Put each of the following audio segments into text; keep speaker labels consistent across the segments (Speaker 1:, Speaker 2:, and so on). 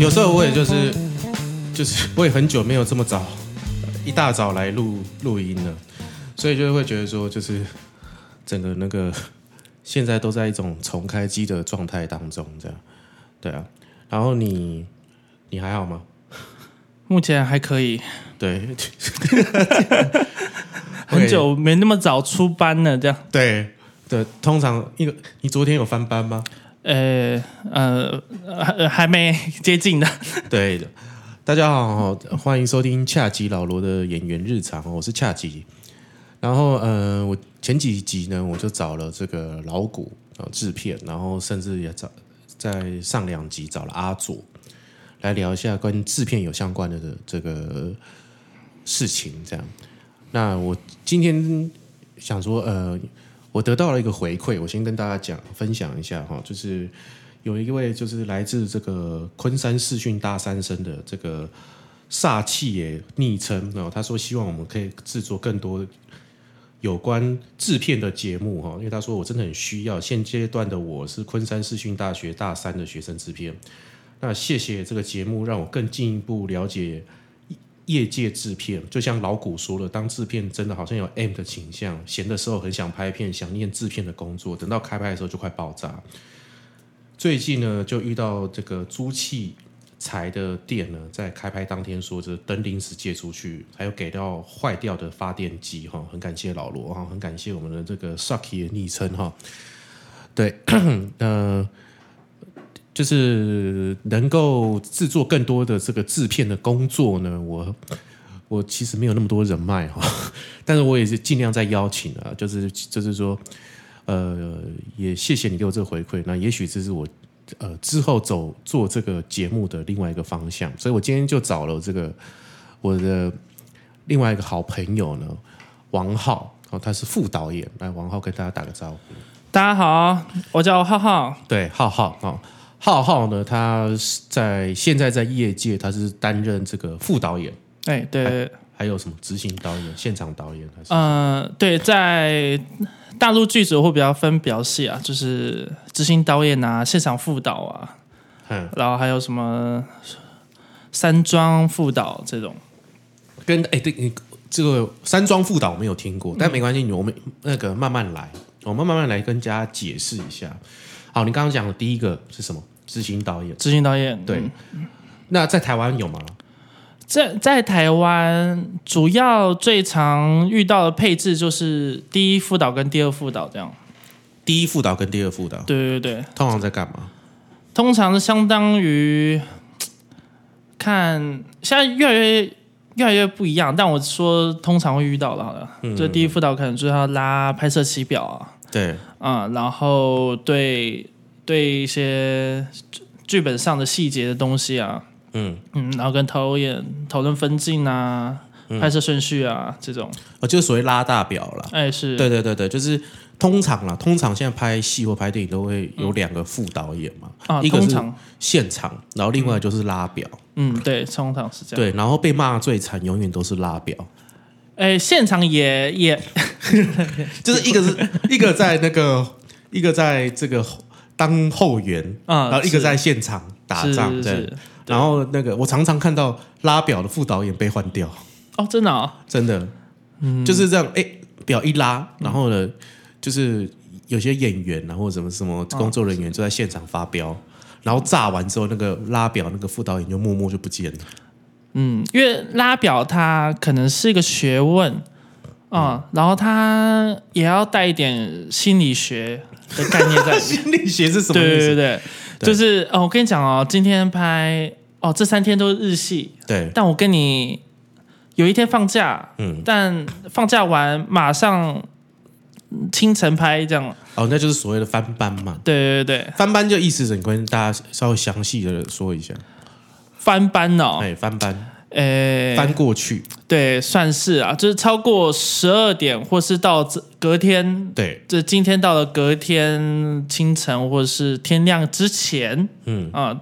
Speaker 1: 有时候我也就是就是我也很久没有这么早一大早来录录音了，所以就会觉得说，就是整个那个现在都在一种重开机的状态当中，这样对啊。然后你你还好吗？
Speaker 2: 目前还可以，
Speaker 1: 对
Speaker 2: 很久没那么早出班了，这样。
Speaker 1: 对对，通常一个你昨天有翻班吗？
Speaker 2: 呃呃，还还没接近的，
Speaker 1: 对的，大家好，欢迎收听恰吉老罗的演员日常，哦我是恰吉。然后，呃，我前几集呢，我就找了这个老谷啊制片，然后甚至也找在上两集找了阿佐来聊一下关于制片有相关的这个事情。这样，那我今天想说，呃，我得到了一个回馈，我先跟大家讲分享一下哈，就是有一位就是来自这个昆山视讯大三生的这个煞气也昵称哦，他说希望我们可以制作更多有关制片的节目哈，因为他说我真的很需要，现阶段的我是昆山视讯大学大三的学生制片，那谢谢这个节目让我更进一步了解。业界制片，就像老古说了，当制片真的好像有 M 的倾向，闲的时候很想拍片，想念制片的工作，等到开拍的时候就快爆炸。最近呢，就遇到这个租器材的店呢，在开拍当天说这灯临时借出去，还有给到坏掉的发电机哈，很感谢老罗哈，很感谢我们的这个 Sucky 的昵称哈。对， 呃，就是能够制作更多的这个制片的工作呢，我我其实没有那么多人脉哈， 但是我也是尽量在邀请啊，就是就是说，呃，也谢谢你给我这个回馈，那也许这是我呃之后走做这个节目的另外一个方向，所以我今天就找了这个我的另外一个好朋友呢，王浩哦，他是副导演，来王浩跟大家打个招呼。
Speaker 2: 大家好，我叫浩浩，
Speaker 1: 对，浩浩啊、哦，浩浩呢，他是在现在在业界，他是担任这个副导演，
Speaker 2: 哎，对，
Speaker 1: 还有什么执行导演、现场导演，还是、
Speaker 2: 呃，对，在大陆剧组会比较分比较细啊，就是执行导演啊、现场副导啊，
Speaker 1: 嗯，
Speaker 2: 然后还有什么山庄副导这种。
Speaker 1: 跟哎对，你这个山庄副导我没有听过，但没关系，你我们那个慢慢来，我们慢慢来跟大家解释一下。好，你刚刚讲的第一个是什么？执行导演，
Speaker 2: 执行导演
Speaker 1: 对
Speaker 2: 嗯
Speaker 1: 那在台湾有吗？
Speaker 2: 在在台湾主要最常遇到的配置就是第一副导跟第二副导这样。
Speaker 1: 第一副导跟第二副导
Speaker 2: 对对对，
Speaker 1: 通常在干嘛？
Speaker 2: 通常是相当于看，现在越来越越来越不一样。但我说通常会遇到的，好了，
Speaker 1: 嗯
Speaker 2: 这、第一辅导可能就是要拉拍摄期表啊，
Speaker 1: 对，
Speaker 2: 啊、然后对对一些剧剧本上的细节的东西啊，
Speaker 1: 嗯，
Speaker 2: 嗯，然后跟导演讨论分镜啊。
Speaker 1: 嗯
Speaker 2: 拍摄顺序啊，这种，
Speaker 1: 哦，就是所谓拉大表啦。
Speaker 2: 哎，是，
Speaker 1: 对对对对，就是通常啦，通常现在拍戏或拍电影都会有两个副导演嘛，
Speaker 2: 啊，
Speaker 1: 一个
Speaker 2: 通
Speaker 1: 是
Speaker 2: 常，
Speaker 1: 现场，然后另外就是拉表，
Speaker 2: 嗯，对，通常是这样。
Speaker 1: 对，然后被骂最惨永远都是拉表，
Speaker 2: 哎，现场也也
Speaker 1: 就是一个 是一个在那个一个在这个当后援，
Speaker 2: 啊，
Speaker 1: 然后一个
Speaker 2: 是
Speaker 1: 在现场打
Speaker 2: 是
Speaker 1: 仗，
Speaker 2: 是
Speaker 1: 对，
Speaker 2: 是
Speaker 1: 然后那个我常常看到拉表的副导演被换掉，
Speaker 2: 哦，真的哦，
Speaker 1: 真的，就是这样，哎，表一拉，然后呢，就是有些演员啊或者什么什么工作人员就在现场发飙。然后炸完之后，那个拉表那个副导演就默默就不见了。
Speaker 2: 嗯，因为拉表它可能是一个学问
Speaker 1: 嗯
Speaker 2: 啊、然后它也要带一点心理学的概念 在里面。
Speaker 1: 心理学是 什么
Speaker 2: 对
Speaker 1: 意
Speaker 2: 对对
Speaker 1: 思？
Speaker 2: 对，就是哦，我跟你讲哦，今天拍哦，这三天都是日系，
Speaker 1: 对，
Speaker 2: 但我跟你有一天放假，
Speaker 1: 嗯，
Speaker 2: 但放假完马上嗯清晨拍这样。
Speaker 1: 哦，那就是所谓的翻班嘛。
Speaker 2: 对对对，
Speaker 1: 翻班就意思是，你跟大家稍微详细的说一下。
Speaker 2: 翻班哦，
Speaker 1: 哎，翻班，
Speaker 2: 诶，
Speaker 1: 翻过去，
Speaker 2: 对，算是啊，就是超过十二点，或是到这隔天
Speaker 1: 对，
Speaker 2: 这今天到了隔天清晨或者是天亮之前
Speaker 1: 嗯，
Speaker 2: 啊，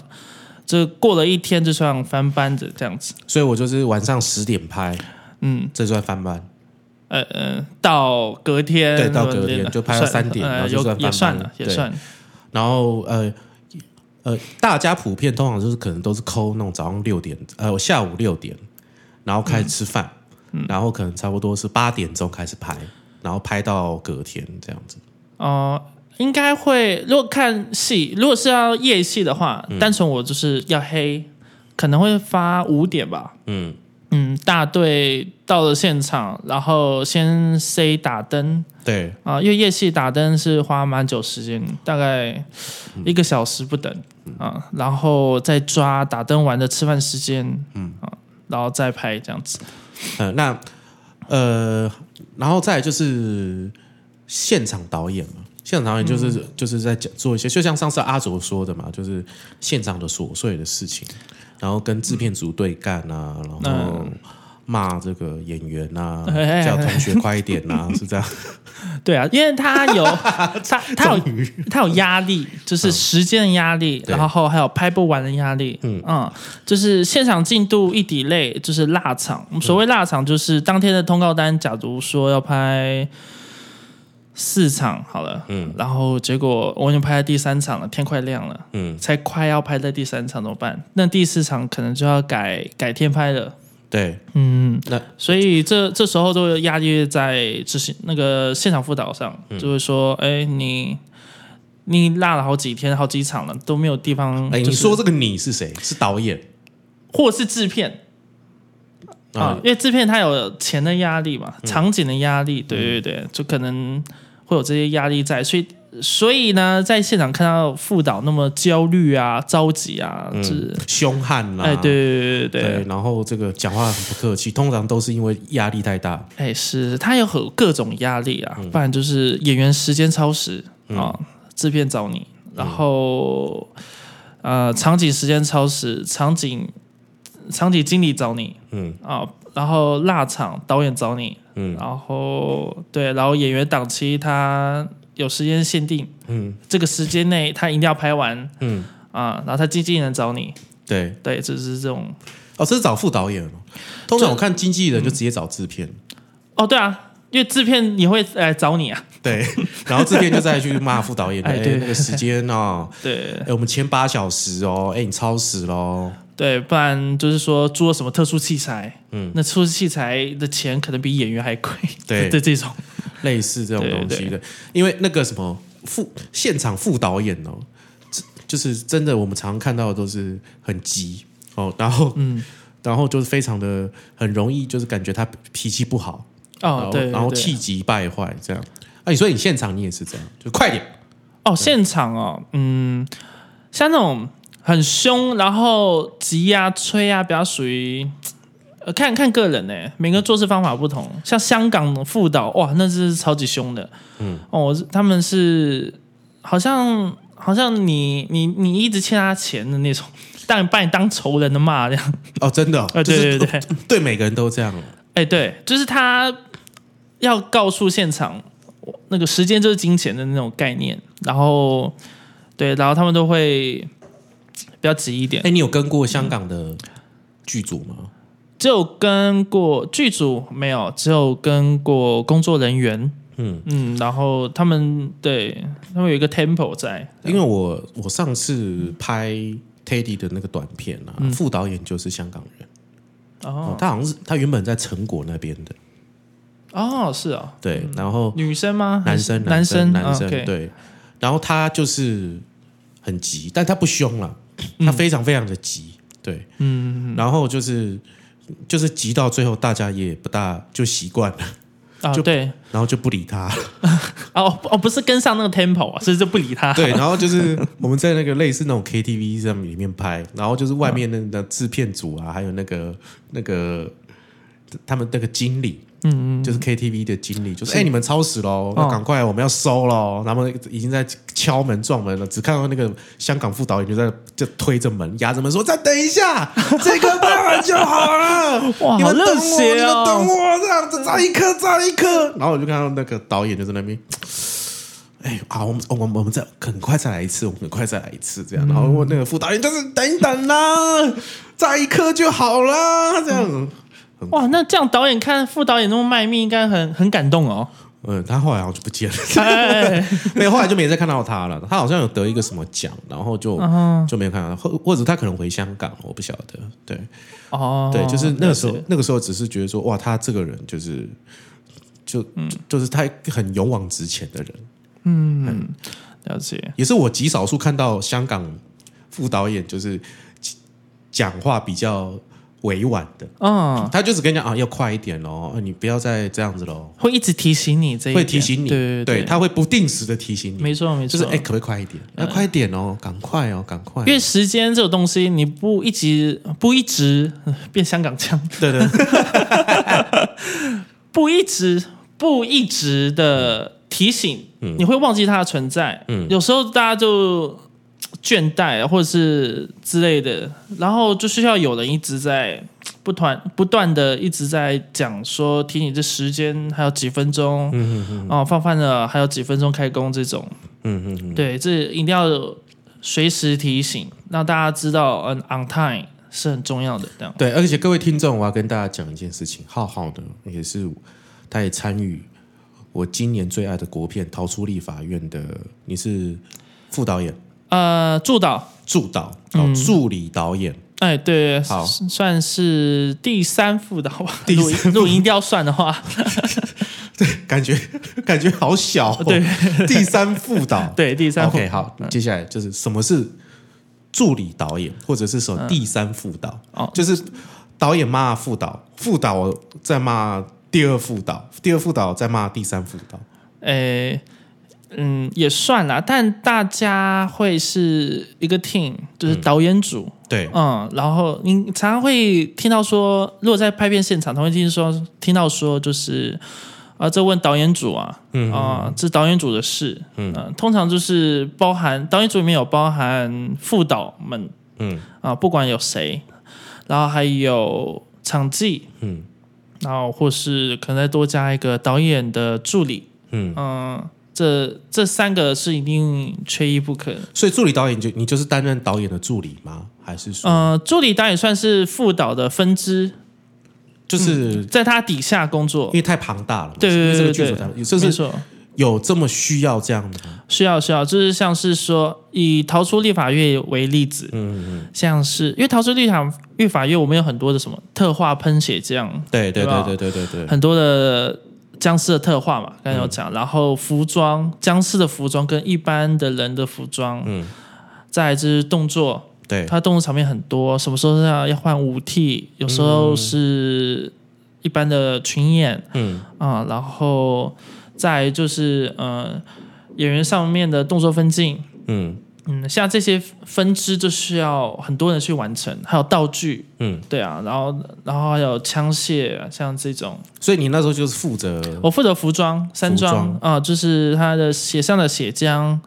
Speaker 2: 这过了一天就算翻班子这样子。
Speaker 1: 所以我就是晚上十点拍，
Speaker 2: 嗯，
Speaker 1: 这算翻班。
Speaker 2: 呃呃，到隔天
Speaker 1: 对到隔天就拍到
Speaker 2: 算
Speaker 1: 三点
Speaker 2: 呃
Speaker 1: 然后就
Speaker 2: 有
Speaker 1: 算翻班
Speaker 2: 也算
Speaker 1: 了
Speaker 2: 了，也
Speaker 1: 对
Speaker 2: 算了。
Speaker 1: 然后呃，呃，大家普遍通常就是可能都是抠那种早上六点，呃，下午六点，然后开始吃饭，
Speaker 2: 嗯
Speaker 1: 然后可能差不多是八点钟开始拍，然后拍到隔天这样子。
Speaker 2: 哦、应该会。如果看戏，如果是要夜戏的话，
Speaker 1: 嗯
Speaker 2: 单纯我就是要黑，可能会发五点吧。
Speaker 1: 嗯，
Speaker 2: 嗯，大队到了现场，然后先 C 打灯
Speaker 1: 对，
Speaker 2: 啊、因为夜戏打灯是花蛮久时间，大概一个小时不等啊、然后再抓打灯完的吃饭时间，嗯啊、然后再拍这样子。
Speaker 1: 呃，那呃，然后再来就是现场导演嘛，现场导演就是、
Speaker 2: 嗯
Speaker 1: 就是在讲做一些，就像上次阿卓说的嘛，就是现场的琐碎的事情，然后跟制片组对干啊，然后骂这个演员啊，
Speaker 2: 哎哎哎哎
Speaker 1: 叫同学快一点啊，是这 样。
Speaker 2: 对啊，因为他 有他他有他有压力，就是时间的压力，
Speaker 1: 对
Speaker 2: 然后还有拍不完的压力。嗯就是现场进度一抵累，就是落场。所谓落场，就是当天的通告单，假如说要拍。四场好了，嗯，然后结果我已经拍到第三场了，天快亮了，
Speaker 1: 嗯，
Speaker 2: 才快要拍到第三场怎么办？那第四场可能就要改改天拍了，
Speaker 1: 对，
Speaker 2: 嗯，
Speaker 1: 那
Speaker 2: 所以这这时候都压力在执行那个现场辅导上，
Speaker 1: 嗯
Speaker 2: 就会说，哎、你你落了好几天、好几场了，都没有地方，
Speaker 1: 哎、
Speaker 2: 嗯就是、
Speaker 1: 你说这个你是谁？是导演
Speaker 2: 或是制片啊
Speaker 1: 啊？，嗯
Speaker 2: 因为制片它有钱的压力嘛，场景的压力，对对对，就可能会有这些压力在，所以。所以呢，在现场看到副导那么焦虑啊、着急啊，是，
Speaker 1: 凶悍啊，
Speaker 2: 哎，对对对对对
Speaker 1: 嗯对，，然后这个讲话很不客气，通常都是因为压力太大。
Speaker 2: 哎，是他有很各种压力
Speaker 1: 嗯
Speaker 2: 啊，不然就是演员时间超时啊，制片找你，
Speaker 1: 嗯
Speaker 2: 然后、呃场景时间超时，场景场景经理找你，
Speaker 1: 嗯
Speaker 2: 啊，然后辣场导演找你，
Speaker 1: 嗯
Speaker 2: 然后对，然后演员档期他有时间限定，
Speaker 1: 嗯
Speaker 2: 这个时间内他一定要拍完
Speaker 1: 嗯，
Speaker 2: 啊，然后他经纪人找你，
Speaker 1: 对，
Speaker 2: 对，就是这种
Speaker 1: 哦，这是找副导演哦。通常
Speaker 2: 这
Speaker 1: 我看经纪人就直接找制片，
Speaker 2: 哦，对啊。因为制片也会来找你啊，
Speaker 1: 对，然后制片就再去骂副导演，
Speaker 2: 哎
Speaker 1: 哎，
Speaker 2: 对
Speaker 1: 那个时间哦，
Speaker 2: 对，
Speaker 1: 哎，我们签八小时哦，哎，你超时喽，
Speaker 2: 对，不然就是说租了什么特殊器材，
Speaker 1: 嗯
Speaker 2: 嗯，那特殊器材的钱可能比演员还贵，
Speaker 1: 对
Speaker 2: 对，这种
Speaker 1: 类似这种东西
Speaker 2: 对
Speaker 1: 的，因为那个什么副现场副导演哦，这就是真的，我们常看到的都是很急哦，然后嗯，然后就是非常的很容易，就是感觉他脾气不好，然
Speaker 2: 哦
Speaker 1: 后，
Speaker 2: 对，
Speaker 1: 然后
Speaker 2: 对
Speaker 1: 气急败坏这样。啊，你说你现场你也是这样，就快点，
Speaker 2: 哦，现场哦，嗯，像那种很凶，然后急啊、催啊，比较属于。呃，看看个人呢、每个人做事方法不同。像香港的副导，哇，那是超级凶的。嗯，哦，他们是好像好像你你你一直欠他钱的那种，但把你当仇人的骂这样。
Speaker 1: 哦，真的哦、
Speaker 2: 呃，
Speaker 1: 就
Speaker 2: 对
Speaker 1: 是
Speaker 2: 对对对，
Speaker 1: 对每个人都这样哦，
Speaker 2: 哎，对，就是他要告诉现场，我那个时间就是金钱的那种概念，然后对，然后他们都会比较急一点
Speaker 1: 哎、。你有跟过香港的剧组吗？
Speaker 2: 只有跟过剧组没有，只有跟过工作人员，
Speaker 1: 嗯
Speaker 2: 嗯嗯，然后他们对他们有一个 tempo 在，
Speaker 1: 因为我我上次拍 Teddy 的那个短片啊，副导演就是香港人哦
Speaker 2: 嗯哦，
Speaker 1: 他好像是他原本在成果那边的，
Speaker 2: 哦是啊，
Speaker 1: 对，然后
Speaker 2: 女生吗？
Speaker 1: 男生
Speaker 2: 嗯男
Speaker 1: 生
Speaker 2: 生啊哦
Speaker 1: 男生、
Speaker 2: o k
Speaker 1: 对，然后他就是很急，但他不凶了，
Speaker 2: 嗯
Speaker 1: 他非常非常的急，对，嗯，然后就是就是急到最后大家也不大就习惯了，
Speaker 2: 啊
Speaker 1: 就
Speaker 2: 对，
Speaker 1: 然后就不理他了。
Speaker 2: 哦不哦不是跟上那个 tempo 啊，所以就不理他，
Speaker 1: 对，然后就是我们在那个类似那种 KTV 上面里面拍，然后就是外面那那制片组啊，还有那个那个他们那个经理，嗯嗯，就是 KTV 的经理，就是哎、你们超时
Speaker 2: 哦
Speaker 1: 喽，那赶快我们要收喽，他们已经在敲门撞门了，只看到那个香港副导演就在就推着门压着门说再等一下， 这个拍完就好了，
Speaker 2: 哇
Speaker 1: 你们
Speaker 2: 好
Speaker 1: 等
Speaker 2: 热
Speaker 1: 我，
Speaker 2: 血
Speaker 1: 你们
Speaker 2: 哦
Speaker 1: 等我，这样子再一颗再一颗，然后我就看到那个导演就在那边。哎、啊，我们我们我们再很快再来一次，我们很快再来一次，
Speaker 2: 嗯
Speaker 1: 这样。然后问那个副导演，就是等一等啦，再一刻就好啦，这样。
Speaker 2: 嗯哇，那这样导演看副导演那么卖命，应该很很感动哦。
Speaker 1: 嗯，他后来好像就不见了，
Speaker 2: 哎，
Speaker 1: 没有，后来就没再看到他了。他好像有得一个什么奖，然后就、就没有看到他，或或者他可能回香港，我不晓得。对、
Speaker 2: 哦，
Speaker 1: 对，就是那个时候
Speaker 2: 了解，
Speaker 1: 那个时候只是觉得说，哇，他这个人就是就、
Speaker 2: 嗯
Speaker 1: 就就是他很勇往直前的人，
Speaker 2: 了解，
Speaker 1: 也是我极少数看到香港副导演就是讲话比较委婉的，
Speaker 2: 嗯，
Speaker 1: 他就只跟你讲啊，要快一点哦，啊你不要再这样子喽。
Speaker 2: 会一直提醒你这一
Speaker 1: 会
Speaker 2: 点
Speaker 1: 提醒你，对，
Speaker 2: 对对，
Speaker 1: 他会不定时的提醒你，
Speaker 2: 没错没
Speaker 1: 就
Speaker 2: 错，嗯
Speaker 1: 是哎、可不可以快一点？要、快一点哦，赶快哦，赶快哦！
Speaker 2: 因为时间这种东西，你不一直不一直呃变香港腔，
Speaker 1: 对对对
Speaker 2: 不一直不一直的提醒，你会忘记它的存在。
Speaker 1: 嗯
Speaker 2: 有时候大家就嘖倦怠啊或者是之类的，然后就需要有人一直在嘖不断不断的一直在讲说，提你这时间还有几分钟，哦，放饭了还有几分钟开工这种。
Speaker 1: 嗯嗯嗯，
Speaker 2: 对，这一定要随时提醒，让大家知道，嗯，on time 是很重要的。这样，
Speaker 1: 对。而且各位听众，我要跟大家讲一件事情，浩浩呢也是，他也参与我今年最爱的国片《逃出立法院》的，你是副导演、
Speaker 2: 呃，助导，
Speaker 1: 助导、
Speaker 2: 嗯
Speaker 1: 哦助理导演，
Speaker 2: 哎，对，
Speaker 1: 好
Speaker 2: 算算是第三副导吧。
Speaker 1: 第
Speaker 2: 录音
Speaker 1: 三
Speaker 2: 录音调算的话，
Speaker 1: 感觉 感觉好小、哦，
Speaker 2: 对，。
Speaker 1: 第三副导
Speaker 2: 对，第三副。
Speaker 1: OK，好，接下来就是什么是助理导演，或者是什么第三副导，
Speaker 2: 哦
Speaker 1: 就是导演骂副导，副导在骂第二副导，第二副导在骂第三副导。
Speaker 2: 诶，嗯，也算啦，但大家会是一个 team，就是
Speaker 1: 嗯
Speaker 2: 导演组，
Speaker 1: 对，
Speaker 2: 嗯，然后你常常会听到说，如果在拍片现场，常会听说听到说就是。啊，这问导演组啊，嗯啊、这导演组的事，嗯、通常就是包含导演组里面有包含副导们，
Speaker 1: 嗯
Speaker 2: 啊、不管有谁，然后还有场记，
Speaker 1: 嗯
Speaker 2: 然后或是可能再多加一个导演的助理，
Speaker 1: 嗯，
Speaker 2: 嗯、这这三个是一定缺一不可的。
Speaker 1: 所以助理导演就你就是担任导演的助理吗？还是说、
Speaker 2: 嗯、助理导演算是副导的分支，
Speaker 1: 就是、
Speaker 2: 在他底下工作
Speaker 1: 因。为太庞大了嘛？
Speaker 2: 对
Speaker 1: 因为
Speaker 2: 对
Speaker 1: 这个
Speaker 2: 对
Speaker 1: 剧
Speaker 2: 对
Speaker 1: 组太，就
Speaker 2: 没
Speaker 1: 是
Speaker 2: 错，
Speaker 1: 有这么需要这样的吗？
Speaker 2: 需要需要，就是像是说以逃出立法院为例子，
Speaker 1: 嗯嗯，
Speaker 2: 像是因为逃出立法立法院，我们有很多的什么特化喷血这样，
Speaker 1: 对对
Speaker 2: 对吧
Speaker 1: 对对对对嗯对，
Speaker 2: 很多的僵尸的特化嘛，刚才有讲，然后服装僵尸的服装跟一般的人的服装，
Speaker 1: 嗯，
Speaker 2: 再来就是动作，
Speaker 1: 对，
Speaker 2: 它动作场面很多，什么时候是要要换武替，有时候是一般的群演，
Speaker 1: 嗯
Speaker 2: 啊、然后再就是呃演员上面的动作分镜，
Speaker 1: 嗯
Speaker 2: 嗯，像这些分支就需要很多人去完成，还有道具，
Speaker 1: 嗯，
Speaker 2: 对啊，然后然后还有枪械，啊像这种，
Speaker 1: 所以你那时候就是负责
Speaker 2: 我负责服装、山庄
Speaker 1: 服
Speaker 2: 啊、就是他的血上的血浆。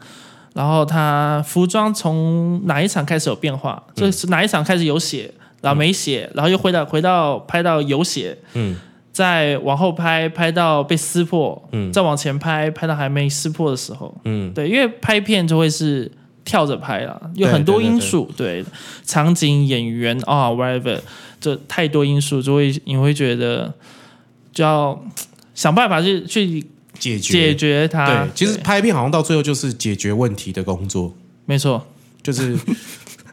Speaker 2: 然后他服装从哪一场开始有变化？
Speaker 1: 嗯
Speaker 2: 就是哪一场开始有血，然后没血，然后又回到回到拍到有血，
Speaker 1: 嗯
Speaker 2: 再往后拍，拍到被撕破，
Speaker 1: 嗯
Speaker 2: 再往前拍，拍到还没撕破的时候，
Speaker 1: 嗯
Speaker 2: 对，因为拍片就会是跳着拍啦，有
Speaker 1: 对
Speaker 2: 很多
Speaker 1: 对对
Speaker 2: 因素，对场景、演员啊、w h a t e v e r 这太多因素，就会你会觉得就要想办法去去
Speaker 1: 解决
Speaker 2: 解决它。
Speaker 1: 对，其实拍片好像到最后就是解决问题的工作，
Speaker 2: 没错，
Speaker 1: 就是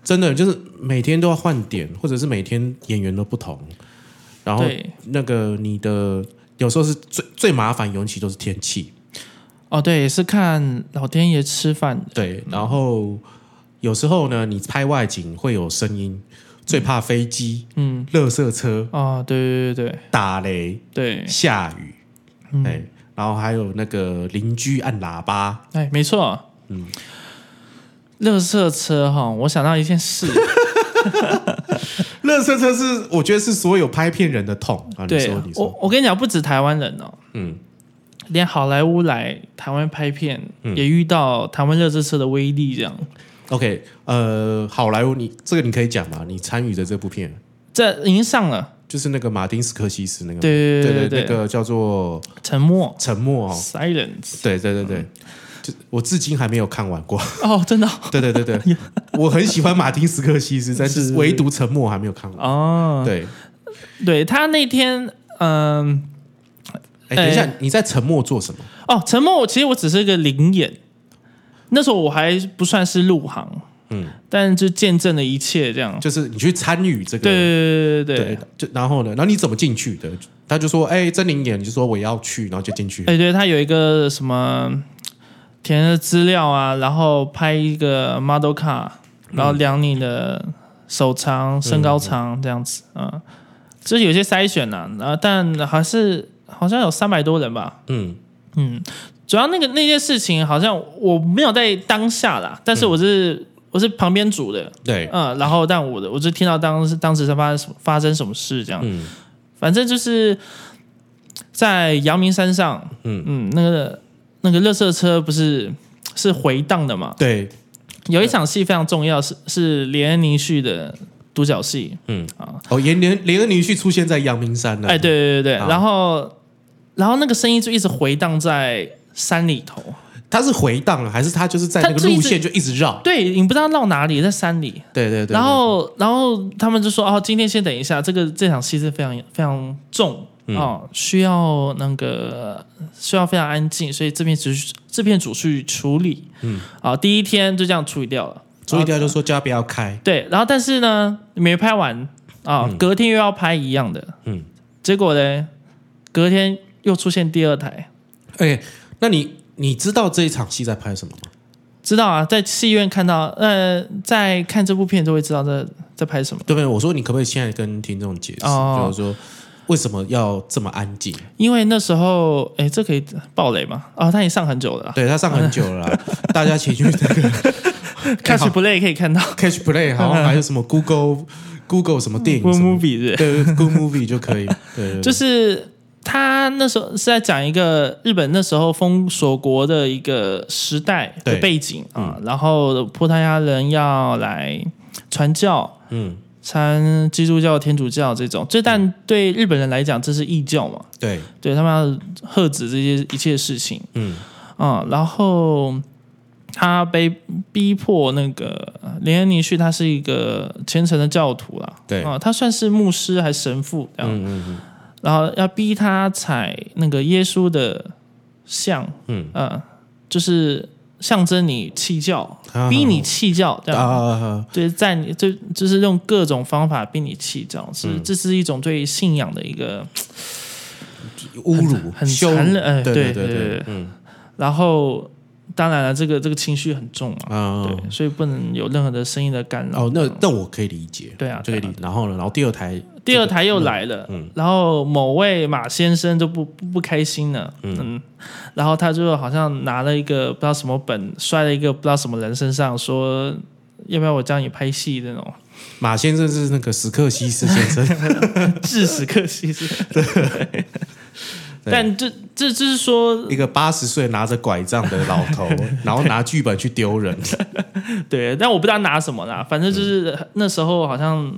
Speaker 1: 真的就是每天都要换点，或者是每天演员都不同，然后
Speaker 2: 对，
Speaker 1: 那个你的有时候是最最麻烦，尤其都是天气，
Speaker 2: 哦对，也是看老天爷吃饭，
Speaker 1: 对，然后有时候呢，你拍外景会有声音，最怕飞机、
Speaker 2: 嗯，
Speaker 1: 垃圾车、
Speaker 2: 哦对对对
Speaker 1: 打雷、
Speaker 2: 对对，
Speaker 1: 下雨，
Speaker 2: 嗯
Speaker 1: 哎、然后还有那个邻居按喇叭，
Speaker 2: 哎，没错，嗯，垃圾车哈，我想到一件事。
Speaker 1: 垃圾车是我觉得是所有拍片人的痛啊，你
Speaker 2: 对
Speaker 1: 说你，说
Speaker 2: 我，我跟你讲，不止台湾人哦，
Speaker 1: 嗯。
Speaker 2: 连好莱坞来台湾拍片，
Speaker 1: 嗯
Speaker 2: 也遇到台湾热车车的威力。这样，
Speaker 1: OK，呃，好莱坞，你这个你可以讲嘛？你参与的这部片
Speaker 2: 这已经上了。
Speaker 1: 就是那个马丁斯科西斯那个，
Speaker 2: 对对对
Speaker 1: 嗯对那个叫做《
Speaker 2: 沉默
Speaker 1: 沉默》哦， 对对对
Speaker 2: 嗯
Speaker 1: 对，就我至今还没有看完 过。
Speaker 2: 哦，真的
Speaker 1: 对对 对对，我很喜欢马丁斯科西斯，但
Speaker 2: 是嗯
Speaker 1: 是
Speaker 2: 是
Speaker 1: 唯独《沉默》还没有看完。
Speaker 2: 哦。
Speaker 1: 对，
Speaker 2: 对，他那天，嗯、
Speaker 1: 哎，等一下
Speaker 2: 哎，
Speaker 1: 你在沉默做什么？
Speaker 2: 哦，沉默，其实我只是个灵眼，那时候我还不算是入行，嗯，但就见证了一切这样。
Speaker 1: 就是你去参与这个，
Speaker 2: 对对对对对，，
Speaker 1: 就然后呢，然后你怎么进去的？他就说，哎，真灵眼，你就说我也要去，然后就进去。
Speaker 2: 哎，对，他有一个什么填的资料啊，然后拍一个 model car，然后量你的手长、身高长这样子啊、嗯，就是有些筛选呐、啊，呃但还是好像有三百多人吧，
Speaker 1: 嗯，
Speaker 2: 主要那个那件事情好像我没有在当下啦，但是我是、我是旁边组的，
Speaker 1: 对，
Speaker 2: 嗯，然后但我的我就听到当时当时在发生什么发生什么事这样，
Speaker 1: 嗯
Speaker 2: 反正就是在阳明山上，
Speaker 1: 嗯
Speaker 2: 嗯嗯，那个那个热色车不是是回荡的嘛？
Speaker 1: 对，
Speaker 2: 有一场戏非常重要，是是连恩尼旭的独角戏，
Speaker 1: 嗯
Speaker 2: 啊，
Speaker 1: 哦，连连连恩女婿出现在阳明山了。
Speaker 2: 哎，，对对对对，
Speaker 1: 好
Speaker 2: 然后然后那个声音就一直回荡在山里头，
Speaker 1: 他是回荡了，还是他就是在那个
Speaker 2: 他就一
Speaker 1: 路
Speaker 2: 直
Speaker 1: 线就一直绕？
Speaker 2: 对你不知道绕哪里，在山里，
Speaker 1: 对对对。
Speaker 2: 然后，然后他们就说：“哦，今天先等一下，这个这场戏是非常非常重哦，需要那个需要非常安静，所以这片组这片组去处理。”嗯，啊，第一天就这样处理掉了。
Speaker 1: 所以他就说叫他不要开。
Speaker 2: 对，然后但是呢，没拍完啊，隔天又要拍一样的。
Speaker 1: 嗯
Speaker 2: 嗯，结果呢，隔天又出现第二台，呃
Speaker 1: 哎，那你你知道这一场戏在拍什么吗？
Speaker 2: 知道啊，在戏院看到，呃，在看这部片就会知道在在拍什么。
Speaker 1: 对不对？我说你可不可以现在跟听众解释，
Speaker 2: 哦
Speaker 1: 就是说为什么要这么安静？
Speaker 2: 因为那时候，哎，这可以爆雷吗？哦，他已经上很久了啦。
Speaker 1: 对他上很久了 啦，大家请去那个
Speaker 2: Catch
Speaker 1: 好
Speaker 2: Play 可以看到
Speaker 1: Catch Play，好像还有什么 Google Google 什么电影
Speaker 2: Good
Speaker 1: 什么
Speaker 2: Movie 是不是
Speaker 1: 对对 Good Movie 就可以，对，对对
Speaker 2: 就是他那时候是在讲一个日本那时候封锁国的一个时代的
Speaker 1: 对嗯
Speaker 2: 背景啊，然后葡萄牙人要来传教，
Speaker 1: 嗯，
Speaker 2: 参基督教、天主教这种，这但对日本人来讲这是异教嘛，
Speaker 1: 对，
Speaker 2: 对他们要喝止这些一切事情
Speaker 1: 嗯
Speaker 2: 啊，然后。他被逼迫那个呃连恩尼旭，他是一个虔诚的教徒啦，
Speaker 1: 对，
Speaker 2: 啊、他算是牧师还是神父这样，
Speaker 1: 嗯嗯
Speaker 2: 然后要逼他踩那个耶稣的像，
Speaker 1: 嗯
Speaker 2: 呃，就是象征你弃教，
Speaker 1: 嗯，
Speaker 2: 逼你弃教这
Speaker 1: 啊
Speaker 2: 样。
Speaker 1: 啊啊啊，
Speaker 2: 对，在你就就是用各种方法逼你弃教，是、
Speaker 1: 嗯
Speaker 2: 这是一种对信仰的一个，
Speaker 1: 侮辱、
Speaker 2: 很
Speaker 1: 羞辱
Speaker 2: 残忍哎
Speaker 1: 对
Speaker 2: 对
Speaker 1: 对
Speaker 2: 对
Speaker 1: 对
Speaker 2: 对，
Speaker 1: 嗯
Speaker 2: 然后当然了，这个这个情绪很重嘛，
Speaker 1: 啊，
Speaker 2: 对，所以不能有任何的声音的干扰。
Speaker 1: 哦，那那我可以理解，
Speaker 2: 对啊
Speaker 1: 就可以理
Speaker 2: 对啊。
Speaker 1: 然后呢，然后第二台，
Speaker 2: 第二台又来了，然后某位马先生就不不不开心了，嗯然后他就好像拿了一个不知道什么本，摔了一个不知道什么人身上，说要不要我教你拍戏那种，
Speaker 1: 马先生是那个史克西斯先 生，
Speaker 2: 致死可惜是。但这这就是说，
Speaker 1: 一个八十岁拿着拐杖的老 头，然后拿剧本去丢人，
Speaker 2: 对，但我不知道拿什么
Speaker 1: 嗯
Speaker 2: 啦，反正就是那时候好像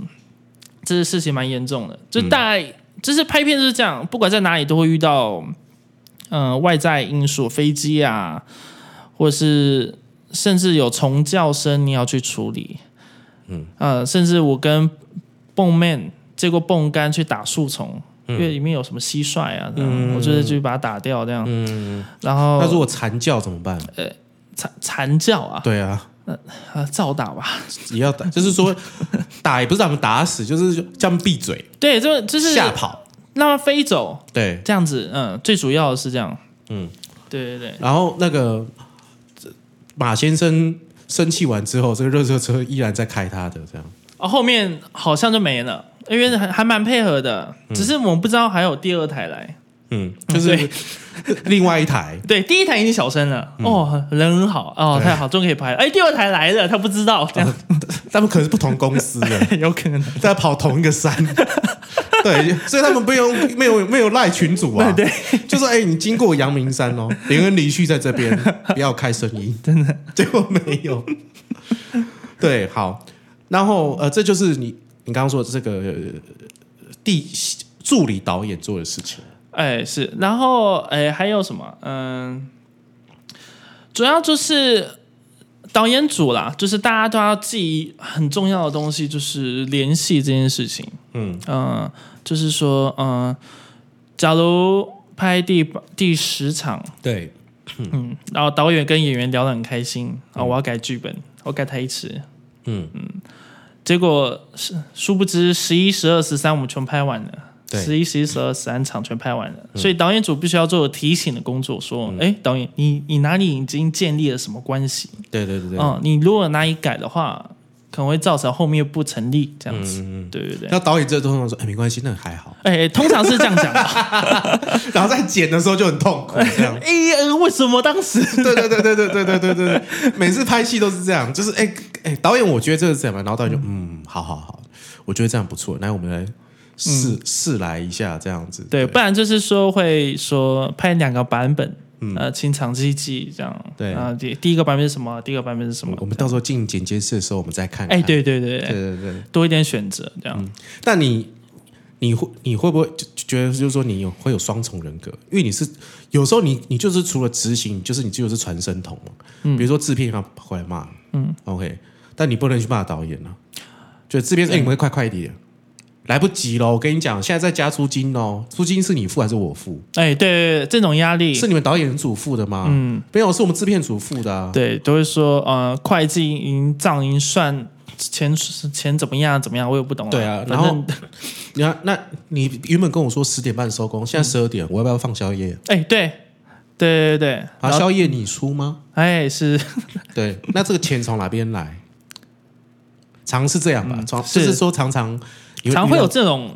Speaker 2: 这事情蛮严重的，就
Speaker 1: 嗯
Speaker 2: 大概、就是拍片就是这样，不管在哪里都会遇到，嗯、外在因素，飞机啊，或是甚至有虫叫声，你要去处理，嗯，呃，甚至我跟蹦 man 借过蹦杆去打树丛。
Speaker 1: 嗯
Speaker 2: 因为里面有什么蟋蟀啊，这样我就是去把它打掉这样。然后
Speaker 1: 嗯那如果惨叫怎么办？
Speaker 2: 啊惨惨叫啊，
Speaker 1: 对啊，
Speaker 2: 啊，照打吧。
Speaker 1: 也要打，就是说打也不是把他们打死，就是叫他们闭嘴，
Speaker 2: 对，就就是
Speaker 1: 吓跑。
Speaker 2: 让它飞走，
Speaker 1: 对，
Speaker 2: 这样子，嗯，最主要的是这样，嗯，对对对，
Speaker 1: 然后那个这马先生生气完之后，这个热车车依然在开他的这样。
Speaker 2: 哦，后面好像就没了，因为还还蛮配合的，只是我们不知道还有第二台来，
Speaker 1: 嗯，就是
Speaker 2: 啊对
Speaker 1: 另外一台，
Speaker 2: 对，第一台已经小声了，哦，人很好，哦，
Speaker 1: 对
Speaker 2: 太好，终于可以拍了，哎，第二台来了，他不知道，这样
Speaker 1: 他们可能是不同公司的，
Speaker 2: 有可能，
Speaker 1: 在跑同一个 山。对，所以他们不用没有没有赖群主啊，对，就说哎、你经过阳明山 哦，连恩离旭在这边，不要开声音， 真的，结果没有。对，好，然后呃，这就是你你刚刚说的这个呃第助理导演做的事情，
Speaker 2: 哎，是，然后哎，还有什么？嗯，主要就是导演组啦，就是大家都要记很重要的东西，就是联系这件事情。
Speaker 1: 嗯
Speaker 2: 呃嗯、就是说，嗯、假如拍第八第十场，
Speaker 1: 对，
Speaker 2: 嗯，然后导演跟演员聊得很开心，啊，我要改剧本，我改台词，
Speaker 1: 嗯，
Speaker 2: 结果是殊不知十一、十二、十三我们全拍完了，
Speaker 1: 对嗯
Speaker 2: 十一、十一、十二、十三场全拍完了，所以导演组必须要做提醒的工作，说，哎、导演，你你哪里已经建立了什么关系？
Speaker 1: 对对对对，
Speaker 2: 嗯，你如果哪里改的话，可能会造成后面不成立这样子，
Speaker 1: 嗯嗯嗯。
Speaker 2: 对对对。
Speaker 1: 那导演这通常说，哎，没关系，那还好。
Speaker 2: 哎、通常是这样讲的。
Speaker 1: 然后在剪的时候就很痛苦，这样
Speaker 2: 哎、。呃为什么当时？
Speaker 1: 对对对对对对对对对对，每次拍戏都是这样，就是哎哎、导演，我觉得这是这样吧，然后导演就嗯，好好好，我觉得这样不错，来我们来试、试来一下这样子，
Speaker 2: 对，不然就是说会说拍两个版本，呃，清场机器这样。
Speaker 1: 嗯对
Speaker 2: 啊，第第一个版本是什么？第二个版本是什么
Speaker 1: 我？们到时候进剪接室的时候，我们再看
Speaker 2: 哎、
Speaker 1: 看。
Speaker 2: 对对对
Speaker 1: 对嗯
Speaker 2: 对，
Speaker 1: 对对，
Speaker 2: 多一点选择这样。
Speaker 1: 但你你会你会不会就就觉得就是说你有会有双重人格？因为你是有时候你你就是除了执行，就是你就是传声筒嘛。
Speaker 2: 嗯
Speaker 1: 比如说制片要回来骂，嗯，OK，但你不能去骂导演啊。就制片说：“哎、你们快快一点，来不及了。我跟你讲，现在在加租金哦，租金是你付还是我付？
Speaker 2: 哎、对对对，这种压力，
Speaker 1: 是你们导演组付的吗？
Speaker 2: 嗯，
Speaker 1: 没有，是我们制片组付的、啊。
Speaker 2: 对，都会说呃，会计银账银算钱钱怎么样怎么样，我也不懂、
Speaker 1: 对啊
Speaker 2: 反
Speaker 1: 然后
Speaker 2: 正
Speaker 1: 你看，那你原本跟我说十点半收工，现在十二点，我要不要放宵夜？
Speaker 2: 哎、对对对对，
Speaker 1: 啊，
Speaker 2: 然后
Speaker 1: 宵夜你出吗？
Speaker 2: 哎、是
Speaker 1: 对，那这个钱从哪边来？常是这样吧，常、嗯
Speaker 2: 是
Speaker 1: 就是说常常你
Speaker 2: 常
Speaker 1: 遇
Speaker 2: 会
Speaker 1: 到
Speaker 2: 有这种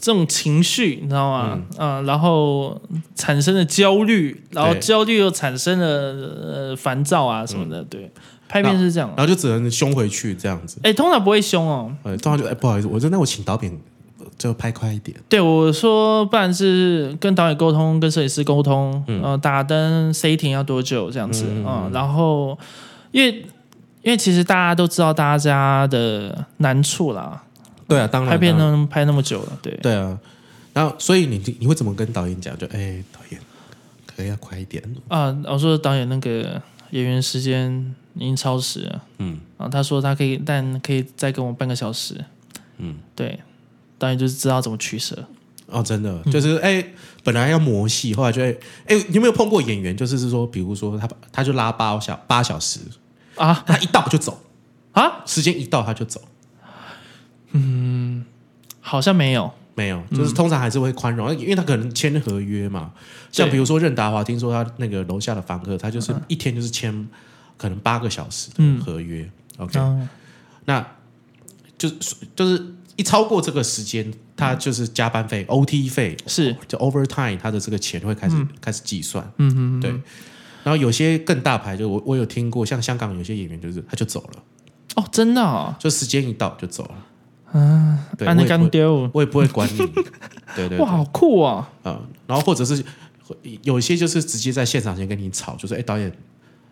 Speaker 2: 这种情绪，你知道吗？嗯、然后产生了焦虑，然后
Speaker 1: 对
Speaker 2: 焦虑又产生了呃烦躁啊什么的。对，拍片是这样
Speaker 1: 然。后就只能凶回去这样子。
Speaker 2: 哎、通常不会凶哦。
Speaker 1: 呃，通常就哎、不好意思，我说那我请导演呃就拍快一点。
Speaker 2: 对我说，不然是跟导演沟通，跟摄影师沟通，嗯、呃，打灯 setting 要多久这样子嗯然后因为因为其实大家都知道大家的难处啦，
Speaker 1: 对啊，当然
Speaker 2: 拍片
Speaker 1: 当然
Speaker 2: 能拍那么久了，对，
Speaker 1: 对啊，然后所以你你会怎么跟导演讲？就哎、导演，可以要快一点。
Speaker 2: 啊，我说导演那个演员时间已经超时了，
Speaker 1: 嗯，
Speaker 2: 然后他说他可以，但可以再给我半个小时，
Speaker 1: 嗯，
Speaker 2: 对，导演就是知道怎么取舍，
Speaker 1: 哦，真的就是哎、本来要磨戏，后来就哎、哎，你有没有碰过演员？就是是说，比如说他他就拉八小八小时，
Speaker 2: 啊
Speaker 1: 他一到就走，
Speaker 2: 啊，
Speaker 1: 时间一到他就走。
Speaker 2: 好像没有，
Speaker 1: 没有，
Speaker 2: 嗯
Speaker 1: 就是通常还是会宽容，因为他可能签合约嘛。
Speaker 2: 对嗯
Speaker 1: 像比如说任达华，听说他那个楼下的房客，他就是一天就是签可能八个小时的合约。OK，、
Speaker 2: 嗯，
Speaker 1: 那就是就是一超过这个时间，他就是加班
Speaker 2: 嗯
Speaker 1: 费、OT 费，
Speaker 2: 是
Speaker 1: 就 overtime，他的这个钱会开始、开始计算。嗯嗯，对。然后有些更大牌，就我我有听过，像香港有些演员就是他就走了，
Speaker 2: 哦，真的哦，
Speaker 1: 就时间一到就走了。嗯，对，
Speaker 2: 啊，
Speaker 1: 我
Speaker 2: 那
Speaker 1: 也不
Speaker 2: 干
Speaker 1: 会
Speaker 2: 丢，
Speaker 1: 我也不会管你。对对对
Speaker 2: 哇，好酷哦，
Speaker 1: 啊、然后或者是有一些就是直接在现场先跟你吵，就是哎导演，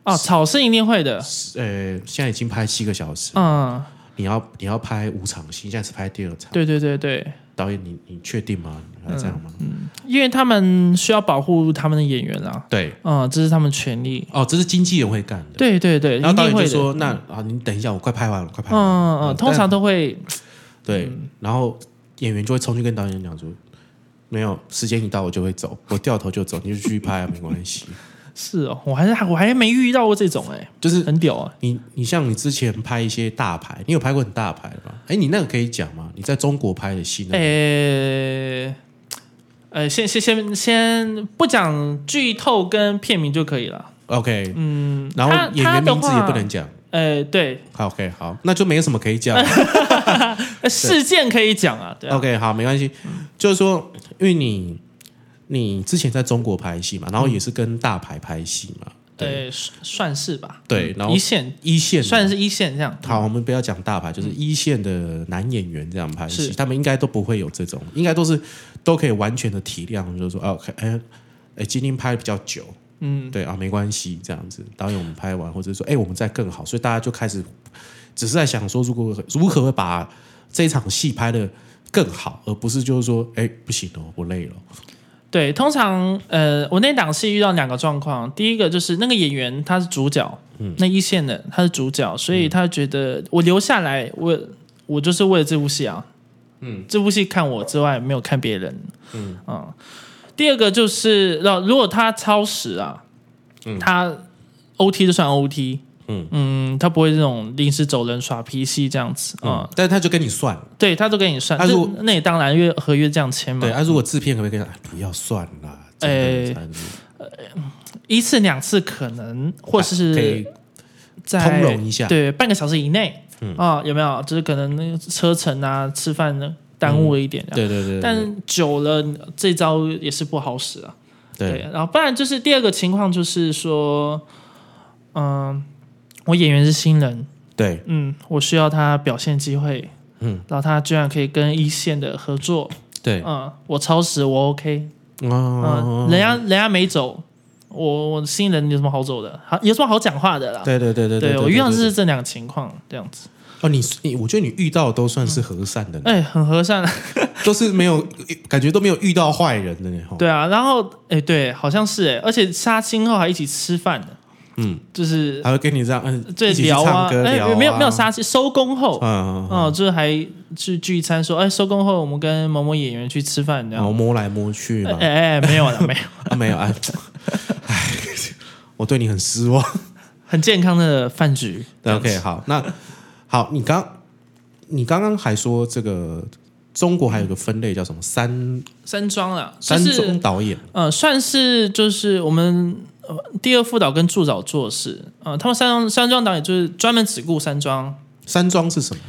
Speaker 2: 哦，草是一定会的，
Speaker 1: 呃，现在已经拍七个小时，
Speaker 2: 嗯，
Speaker 1: 你要你要拍五场戏，现在是拍第二场，
Speaker 2: 对对对对，
Speaker 1: 导演你你确定吗？你还这样吗？
Speaker 2: 嗯因为他们需要保护他们的演员啦，
Speaker 1: 对，
Speaker 2: 嗯，这是他们权利，
Speaker 1: 哦，这是经纪人会干的。
Speaker 2: 对对对，
Speaker 1: 然后
Speaker 2: 一
Speaker 1: 导
Speaker 2: 定
Speaker 1: 演
Speaker 2: 会
Speaker 1: 就
Speaker 2: 的，
Speaker 1: 说：“那啊，你等一下，我快拍完了，快拍
Speaker 2: 嗯
Speaker 1: 完了。
Speaker 2: 嗯，嗯通常都会，
Speaker 1: 对，
Speaker 2: 嗯
Speaker 1: 然后演员就会冲去跟导演讲说：“没有，时间一到我就会走，我掉头就走，你就继续拍啊，没关系。
Speaker 2: 是哦，我还是我还没遇到过这种哎、”
Speaker 1: 就是
Speaker 2: 很屌啊！
Speaker 1: 你你像你之前拍一些大牌，你有拍过很大牌的吗？哎，你那个可以讲吗？你在中国拍的戏呢？
Speaker 2: 诶、呃，先先先先不讲剧透跟片名就可以了。
Speaker 1: OK，
Speaker 2: 嗯，
Speaker 1: 然后
Speaker 2: 他
Speaker 1: 演员名字也不。
Speaker 2: 他的
Speaker 1: 能
Speaker 2: 话
Speaker 1: 讲。
Speaker 2: 呃，对，
Speaker 1: 好 OK，好，那就没什么可以讲。
Speaker 2: 呃事件可以讲啊，对啊
Speaker 1: OK，好，没关系。就是说，因为你你之前在中国拍戏嘛，然后也是跟大牌拍戏嘛，对
Speaker 2: 呃，算算是吧。
Speaker 1: 对，然后
Speaker 2: 一线
Speaker 1: 一线的
Speaker 2: 算是一线这样。
Speaker 1: 好，我们不要讲大牌，就是一线的男演员这样拍戏，
Speaker 2: 嗯是
Speaker 1: 他们应该都不会有这种，应该都是都可以完全的体谅，就是说，哦，哎哎，今天拍比较久，
Speaker 2: 嗯，
Speaker 1: 对啊，没关系，这样子，导演我们拍完，或者说，哎，我们再更好，所以大家就开始只是在想说，如果如何把这一场戏拍的更好，而不是就是说，哎，不行哦，我累了，
Speaker 2: 对，通常呃，我那档戏遇到两个状况，第一个就是那个演员他是主角，
Speaker 1: 嗯
Speaker 2: 那一线的他是主角，所以他觉得我留下来，我我就是为了这部戏啊，嗯，这部戏看我之外没有看别人，嗯啊、第二个就是，那如果他超时啊，他 OT 就算 OT，
Speaker 1: 嗯
Speaker 2: 嗯，他不会这种临时走人耍脾气这样子啊、
Speaker 1: 嗯，但是他就跟你算，
Speaker 2: 对他都给你算，
Speaker 1: 啊如果
Speaker 2: 这那也当然，因为合约这样签嘛
Speaker 1: 对，，啊，如果制片可不可以跟他哎不要算啦？真的
Speaker 2: 嗯哎
Speaker 1: 真的
Speaker 2: 一次两次可能，或
Speaker 1: 啊可
Speaker 2: 是
Speaker 1: 以
Speaker 2: 在
Speaker 1: 通融一下嗯
Speaker 2: 对，半个小时以内，啊、有没有？就是可能那个车程啊、吃饭呢耽误了一点这
Speaker 1: 对嗯
Speaker 2: 样，
Speaker 1: 对对，对
Speaker 2: 但久了这招也是不好使啊。
Speaker 1: 对，
Speaker 2: 然后不然就是第二个情况就是说，嗯、我演员是新人，
Speaker 1: 对
Speaker 2: 嗯，我需要他表现机会，
Speaker 1: 嗯，
Speaker 2: 然后他居然可以跟一线的合作，
Speaker 1: 对
Speaker 2: 嗯，我超时我 OK，嗯，
Speaker 1: 哦，
Speaker 2: 人家人家没走，我我新人有什么好走的？好有什么好讲话的啦？
Speaker 1: 对对对对
Speaker 2: 我遇到的
Speaker 1: 对
Speaker 2: 是这两个情况，这样子，
Speaker 1: 哦，你你我觉得你遇到都算是和善的，
Speaker 2: 哎，很和
Speaker 1: 哦
Speaker 2: 善，
Speaker 1: 都是没有感觉都没有遇到坏人的呢。吼
Speaker 2: 对啊，然后哎，对，好像是哎，而且杀青后还一起吃饭呢，
Speaker 1: 嗯，
Speaker 2: 就是
Speaker 1: 还会跟你这样嗯，
Speaker 2: 对
Speaker 1: 一起去
Speaker 2: 聊啊
Speaker 1: 唱，歌聊啊，
Speaker 2: 没有没有杀青，收工后，
Speaker 1: 嗯，嗯，嗯
Speaker 2: 哦，就是还去聚餐说，哎，收工后我们跟某某演员去吃饭，这
Speaker 1: 然后
Speaker 2: 样。
Speaker 1: 摸来摸去
Speaker 2: 哎
Speaker 1: 嘛，
Speaker 2: 哎，哎没有了，没有，
Speaker 1: 啊没有啊，哎，我对你很失望。
Speaker 2: 很健康的饭局。
Speaker 1: 对啊 OK，好，那好，你刚你刚刚还说这个中国还有个分类叫什么三
Speaker 2: 山庄啦，就
Speaker 1: 三中
Speaker 2: 是
Speaker 1: 导演，
Speaker 2: 呃，算是就是我们呃第二副导跟助导做事，呃，他们山庄山庄导演就是专门只顾山庄，
Speaker 1: 山庄是什么？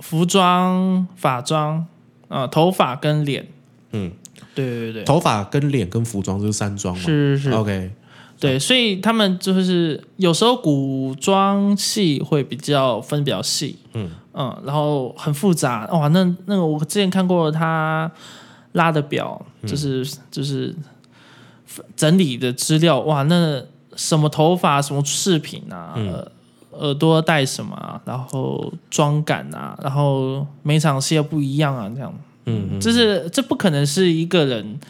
Speaker 2: 服装、发妆，呃，头发跟脸，
Speaker 1: 嗯，
Speaker 2: 对对对，
Speaker 1: 头发跟脸跟哦服装就是山庄嘛。
Speaker 2: 是是是，
Speaker 1: OK，
Speaker 2: 对，所以他们就是有时候古装戏会比较分比较细，
Speaker 1: 嗯
Speaker 2: 嗯，然后很复杂，哇，那那个我之前看过他拉的表，就是、就是整理的资料，哇，那什么头发、什么饰品啊，
Speaker 1: 嗯
Speaker 2: 呃耳朵戴什么、啊，然后妆感啊，然后每场戏又不一样啊，这样，
Speaker 1: 嗯嗯，
Speaker 2: 就是这不可能是一个人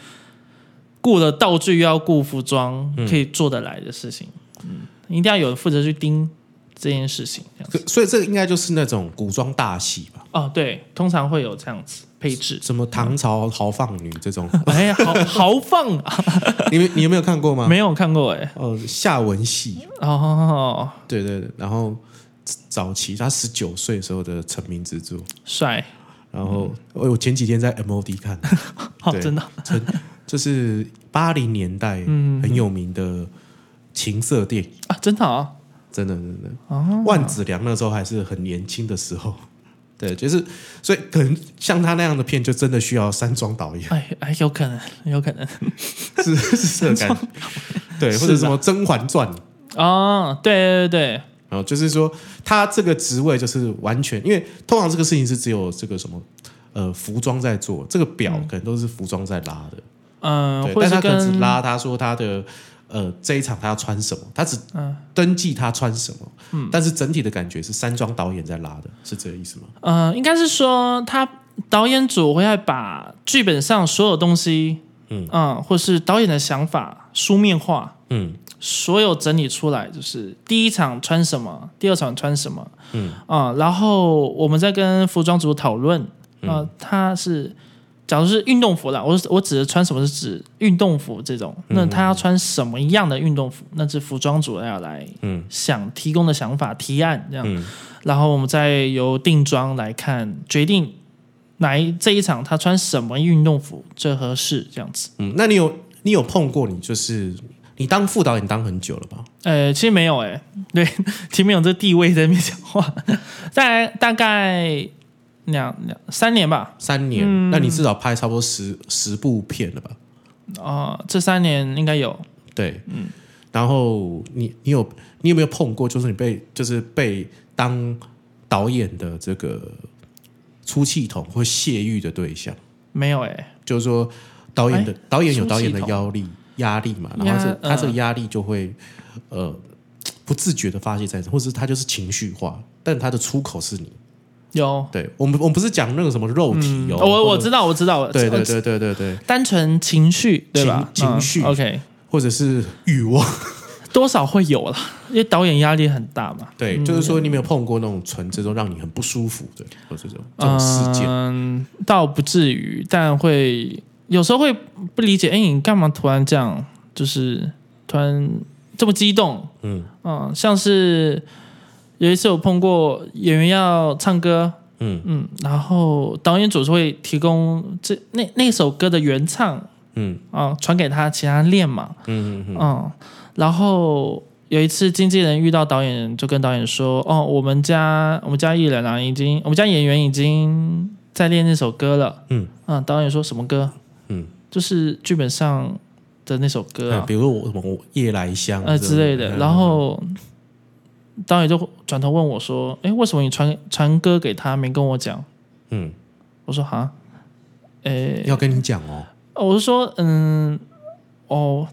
Speaker 2: 雇了道具又要雇服装
Speaker 1: 嗯
Speaker 2: 可以做得来的事情，嗯，一定要有人负责去盯这件事情，这样
Speaker 1: 可
Speaker 2: 子。
Speaker 1: 所以这个应该就是那种古装大戏吧，。
Speaker 2: 哦，对，通常会有这样子配置
Speaker 1: 什么唐朝豪放女这种，
Speaker 2: 哎，豪豪放啊，
Speaker 1: 你们你有没有看过吗？
Speaker 2: 没有看过哎、
Speaker 1: 哦，夏文戏，
Speaker 2: 哦，
Speaker 1: 对对对，然后早期他十九岁时候的成名之作，
Speaker 2: 帅，
Speaker 1: 然后我我前几天在 MOD 看，
Speaker 2: 哦，
Speaker 1: 对
Speaker 2: 真的，
Speaker 1: 成就是八零年代很有名的情色电影，
Speaker 2: 啊，真的啊，
Speaker 1: 真的真的。万梓良那时候还是很年轻的时候，对，就是所以可能像他那样的片，就真的需要山庄导演，
Speaker 2: 哎哎，有可能，有可能
Speaker 1: 是是这个感觉， 对，或
Speaker 2: 是
Speaker 1: 者
Speaker 2: 啊
Speaker 1: 什么《甄嬛传》，
Speaker 2: 哦，对对对，
Speaker 1: 然后就是说他这个职位就是完全，因为通常这个事情是只有这个什么。呃，服装在做这个表，可能都是服装在拉的，
Speaker 2: 嗯、
Speaker 1: 对，
Speaker 2: 或
Speaker 1: 但
Speaker 2: 者
Speaker 1: 他可能只
Speaker 2: 跟
Speaker 1: 拉他说他的呃这一场他要穿什么，他只
Speaker 2: 嗯
Speaker 1: 登记他穿什么，但是整体的感觉是山庄导演在拉的，是这个意思吗？
Speaker 2: 呃，应该是说他导演组会把剧本上所有东西，
Speaker 1: 嗯
Speaker 2: 嗯或是导演的想法书面化，
Speaker 1: 嗯
Speaker 2: 所有整理出来，就是第一场穿什么，第二场穿什么，
Speaker 1: 嗯
Speaker 2: 嗯啊、然后我们再跟服装组讨论，啊、他是。假如是运动服啦，我我指的穿什么是指运动服这种，那他要穿什么样的运动服？那是服装组要来
Speaker 1: 嗯
Speaker 2: 想提供的想法、提案这样，
Speaker 1: 嗯
Speaker 2: 然后我们再由定妆来看决定哪一这一场他穿什么运动服最合适这样子。
Speaker 1: 嗯。那你有你有碰过你就是你当副导演当很久了吧？
Speaker 2: 呃，其实没有哎、对， 其实没有这地位在那边讲话， 大概大概两两三年吧，
Speaker 1: 三年，
Speaker 2: 嗯
Speaker 1: 那你至少拍差不多十十部片了吧？
Speaker 2: 哦、这三年应该有，
Speaker 1: 对，嗯。然后你你有你有没有碰过，就是你被就是被当导演的这个出气筒或泄欲的对象？
Speaker 2: 没有哎、
Speaker 1: 就是说导演的、导演有导演的
Speaker 2: 哎出气筒
Speaker 1: 压力压力嘛，然后他
Speaker 2: 压
Speaker 1: 这、他这个
Speaker 2: 嗯
Speaker 1: 压力就会呃不自觉的发泄在，或者是他就是情绪化，但他的出口是你。
Speaker 2: 有，
Speaker 1: 对我们我们不是讲那个什么肉体哦，
Speaker 2: 嗯我我
Speaker 1: 或者
Speaker 2: 知道我知道，呃
Speaker 1: 对对，对对对对，
Speaker 2: 单纯情绪对吧？
Speaker 1: 情情绪
Speaker 2: 嗯、，OK，
Speaker 1: 或者是欲望，
Speaker 2: 多少会有啦，因为导演压力很大嘛。
Speaker 1: 对，就是说你没有碰过那种纯这种让你很
Speaker 2: 呃
Speaker 1: 不舒服的，或者这种这种事件，
Speaker 2: 嗯，倒不至于，但会有时候会不理解，哎，你干嘛突然这样？就是突然这么激动？
Speaker 1: 嗯
Speaker 2: 嗯，像是有一次我碰过演员要唱歌，
Speaker 1: 嗯
Speaker 2: 嗯，然后导演组是会提供这那那首歌的原唱
Speaker 1: 嗯
Speaker 2: 啊、传给他，请他练嘛，
Speaker 1: 嗯嗯
Speaker 2: 嗯，然后有一次经纪人遇到导演，就跟导演说，哦，我们家我们家艺人啊，已经我们家演员已经在练那首歌了，
Speaker 1: 嗯
Speaker 2: 嗯，导演说什么歌？
Speaker 1: 嗯，
Speaker 2: 就是剧本上的那首歌
Speaker 1: 嗯，
Speaker 2: 啊，
Speaker 1: 比如说我什么我夜来香哎
Speaker 2: 呃之类
Speaker 1: 嗯
Speaker 2: 的，然后。导演就转头问我说：“哎，为什么你传传歌给他没跟我讲？”
Speaker 1: 嗯，
Speaker 2: 我说哈，诶、
Speaker 1: 要跟你讲哦，
Speaker 2: 哦我是说，嗯，哦，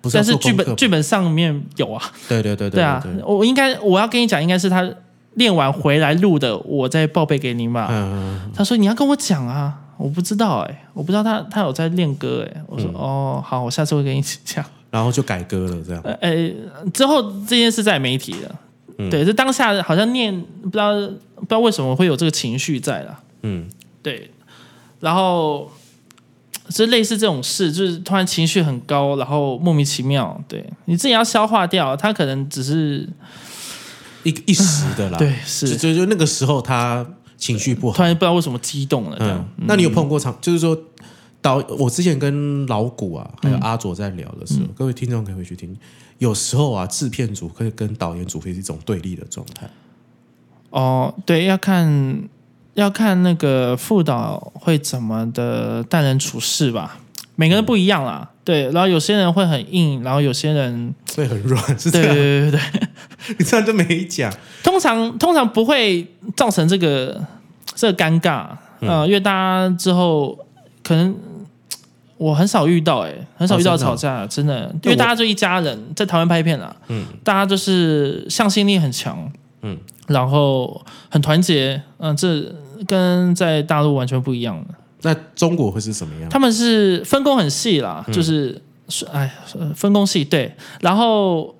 Speaker 1: 不是要
Speaker 2: 但是
Speaker 1: 做
Speaker 2: 剧
Speaker 1: 功课
Speaker 2: 本剧本上面有啊，
Speaker 1: 对对对
Speaker 2: 对啊，我应该我要跟你讲，应该是他练完回来录的，我再报备给您吧。
Speaker 1: 嗯
Speaker 2: 他说你要跟我讲啊，我不知道哎、我不知道他他有在练歌哎、我
Speaker 1: 嗯
Speaker 2: 说、哦，好，我下次会跟你讲。
Speaker 1: 然后就改歌了这样，
Speaker 2: 呃，诶之后这件事再也没提了。
Speaker 1: 嗯
Speaker 2: 对，这当下好像念不知道不知道为什么会有这个情绪在啦。
Speaker 1: 嗯
Speaker 2: 对，然后就类似这种事，就是突然情绪很高，然后莫名其妙，对你自己要消化掉，他可能只是
Speaker 1: 一一时的啦，
Speaker 2: 对
Speaker 1: 就是就就那个时候他情绪不好
Speaker 2: 突，然不知道为什么激动了，这样
Speaker 1: 嗯，那你有碰过场，就是说导，我之前跟老谷啊，还
Speaker 2: 嗯
Speaker 1: 有阿佐在聊的时候，各位听众可以回去听，有时候啊，制片组可以跟导演组会是一种对立的状态，
Speaker 2: 哦，对，要看要看那个副导会怎么的待人处事吧，每个人不一样啦。对，然后有些人会很硬，然后有些人
Speaker 1: 所以很软，是
Speaker 2: 对
Speaker 1: 这
Speaker 2: 对
Speaker 1: 样，
Speaker 2: 对对对，
Speaker 1: 你这样就没讲，
Speaker 2: 通常通常不会造成这个这个尴尬，
Speaker 1: 嗯
Speaker 2: 呃，因为大家之后可能我很少遇到、欸，很少遇到
Speaker 1: 哦真的
Speaker 2: 吵
Speaker 1: 哦
Speaker 2: 架，真的，因为大家就一家人在台湾拍片啦，啊
Speaker 1: 嗯，
Speaker 2: 大家就是向心力很强，
Speaker 1: 嗯，
Speaker 2: 然后很团结，嗯、这跟在大陆完全不一样的，
Speaker 1: 那中国会是什么样？嗯
Speaker 2: 他们是分工很细啦，就是是哎呃分工细对，然后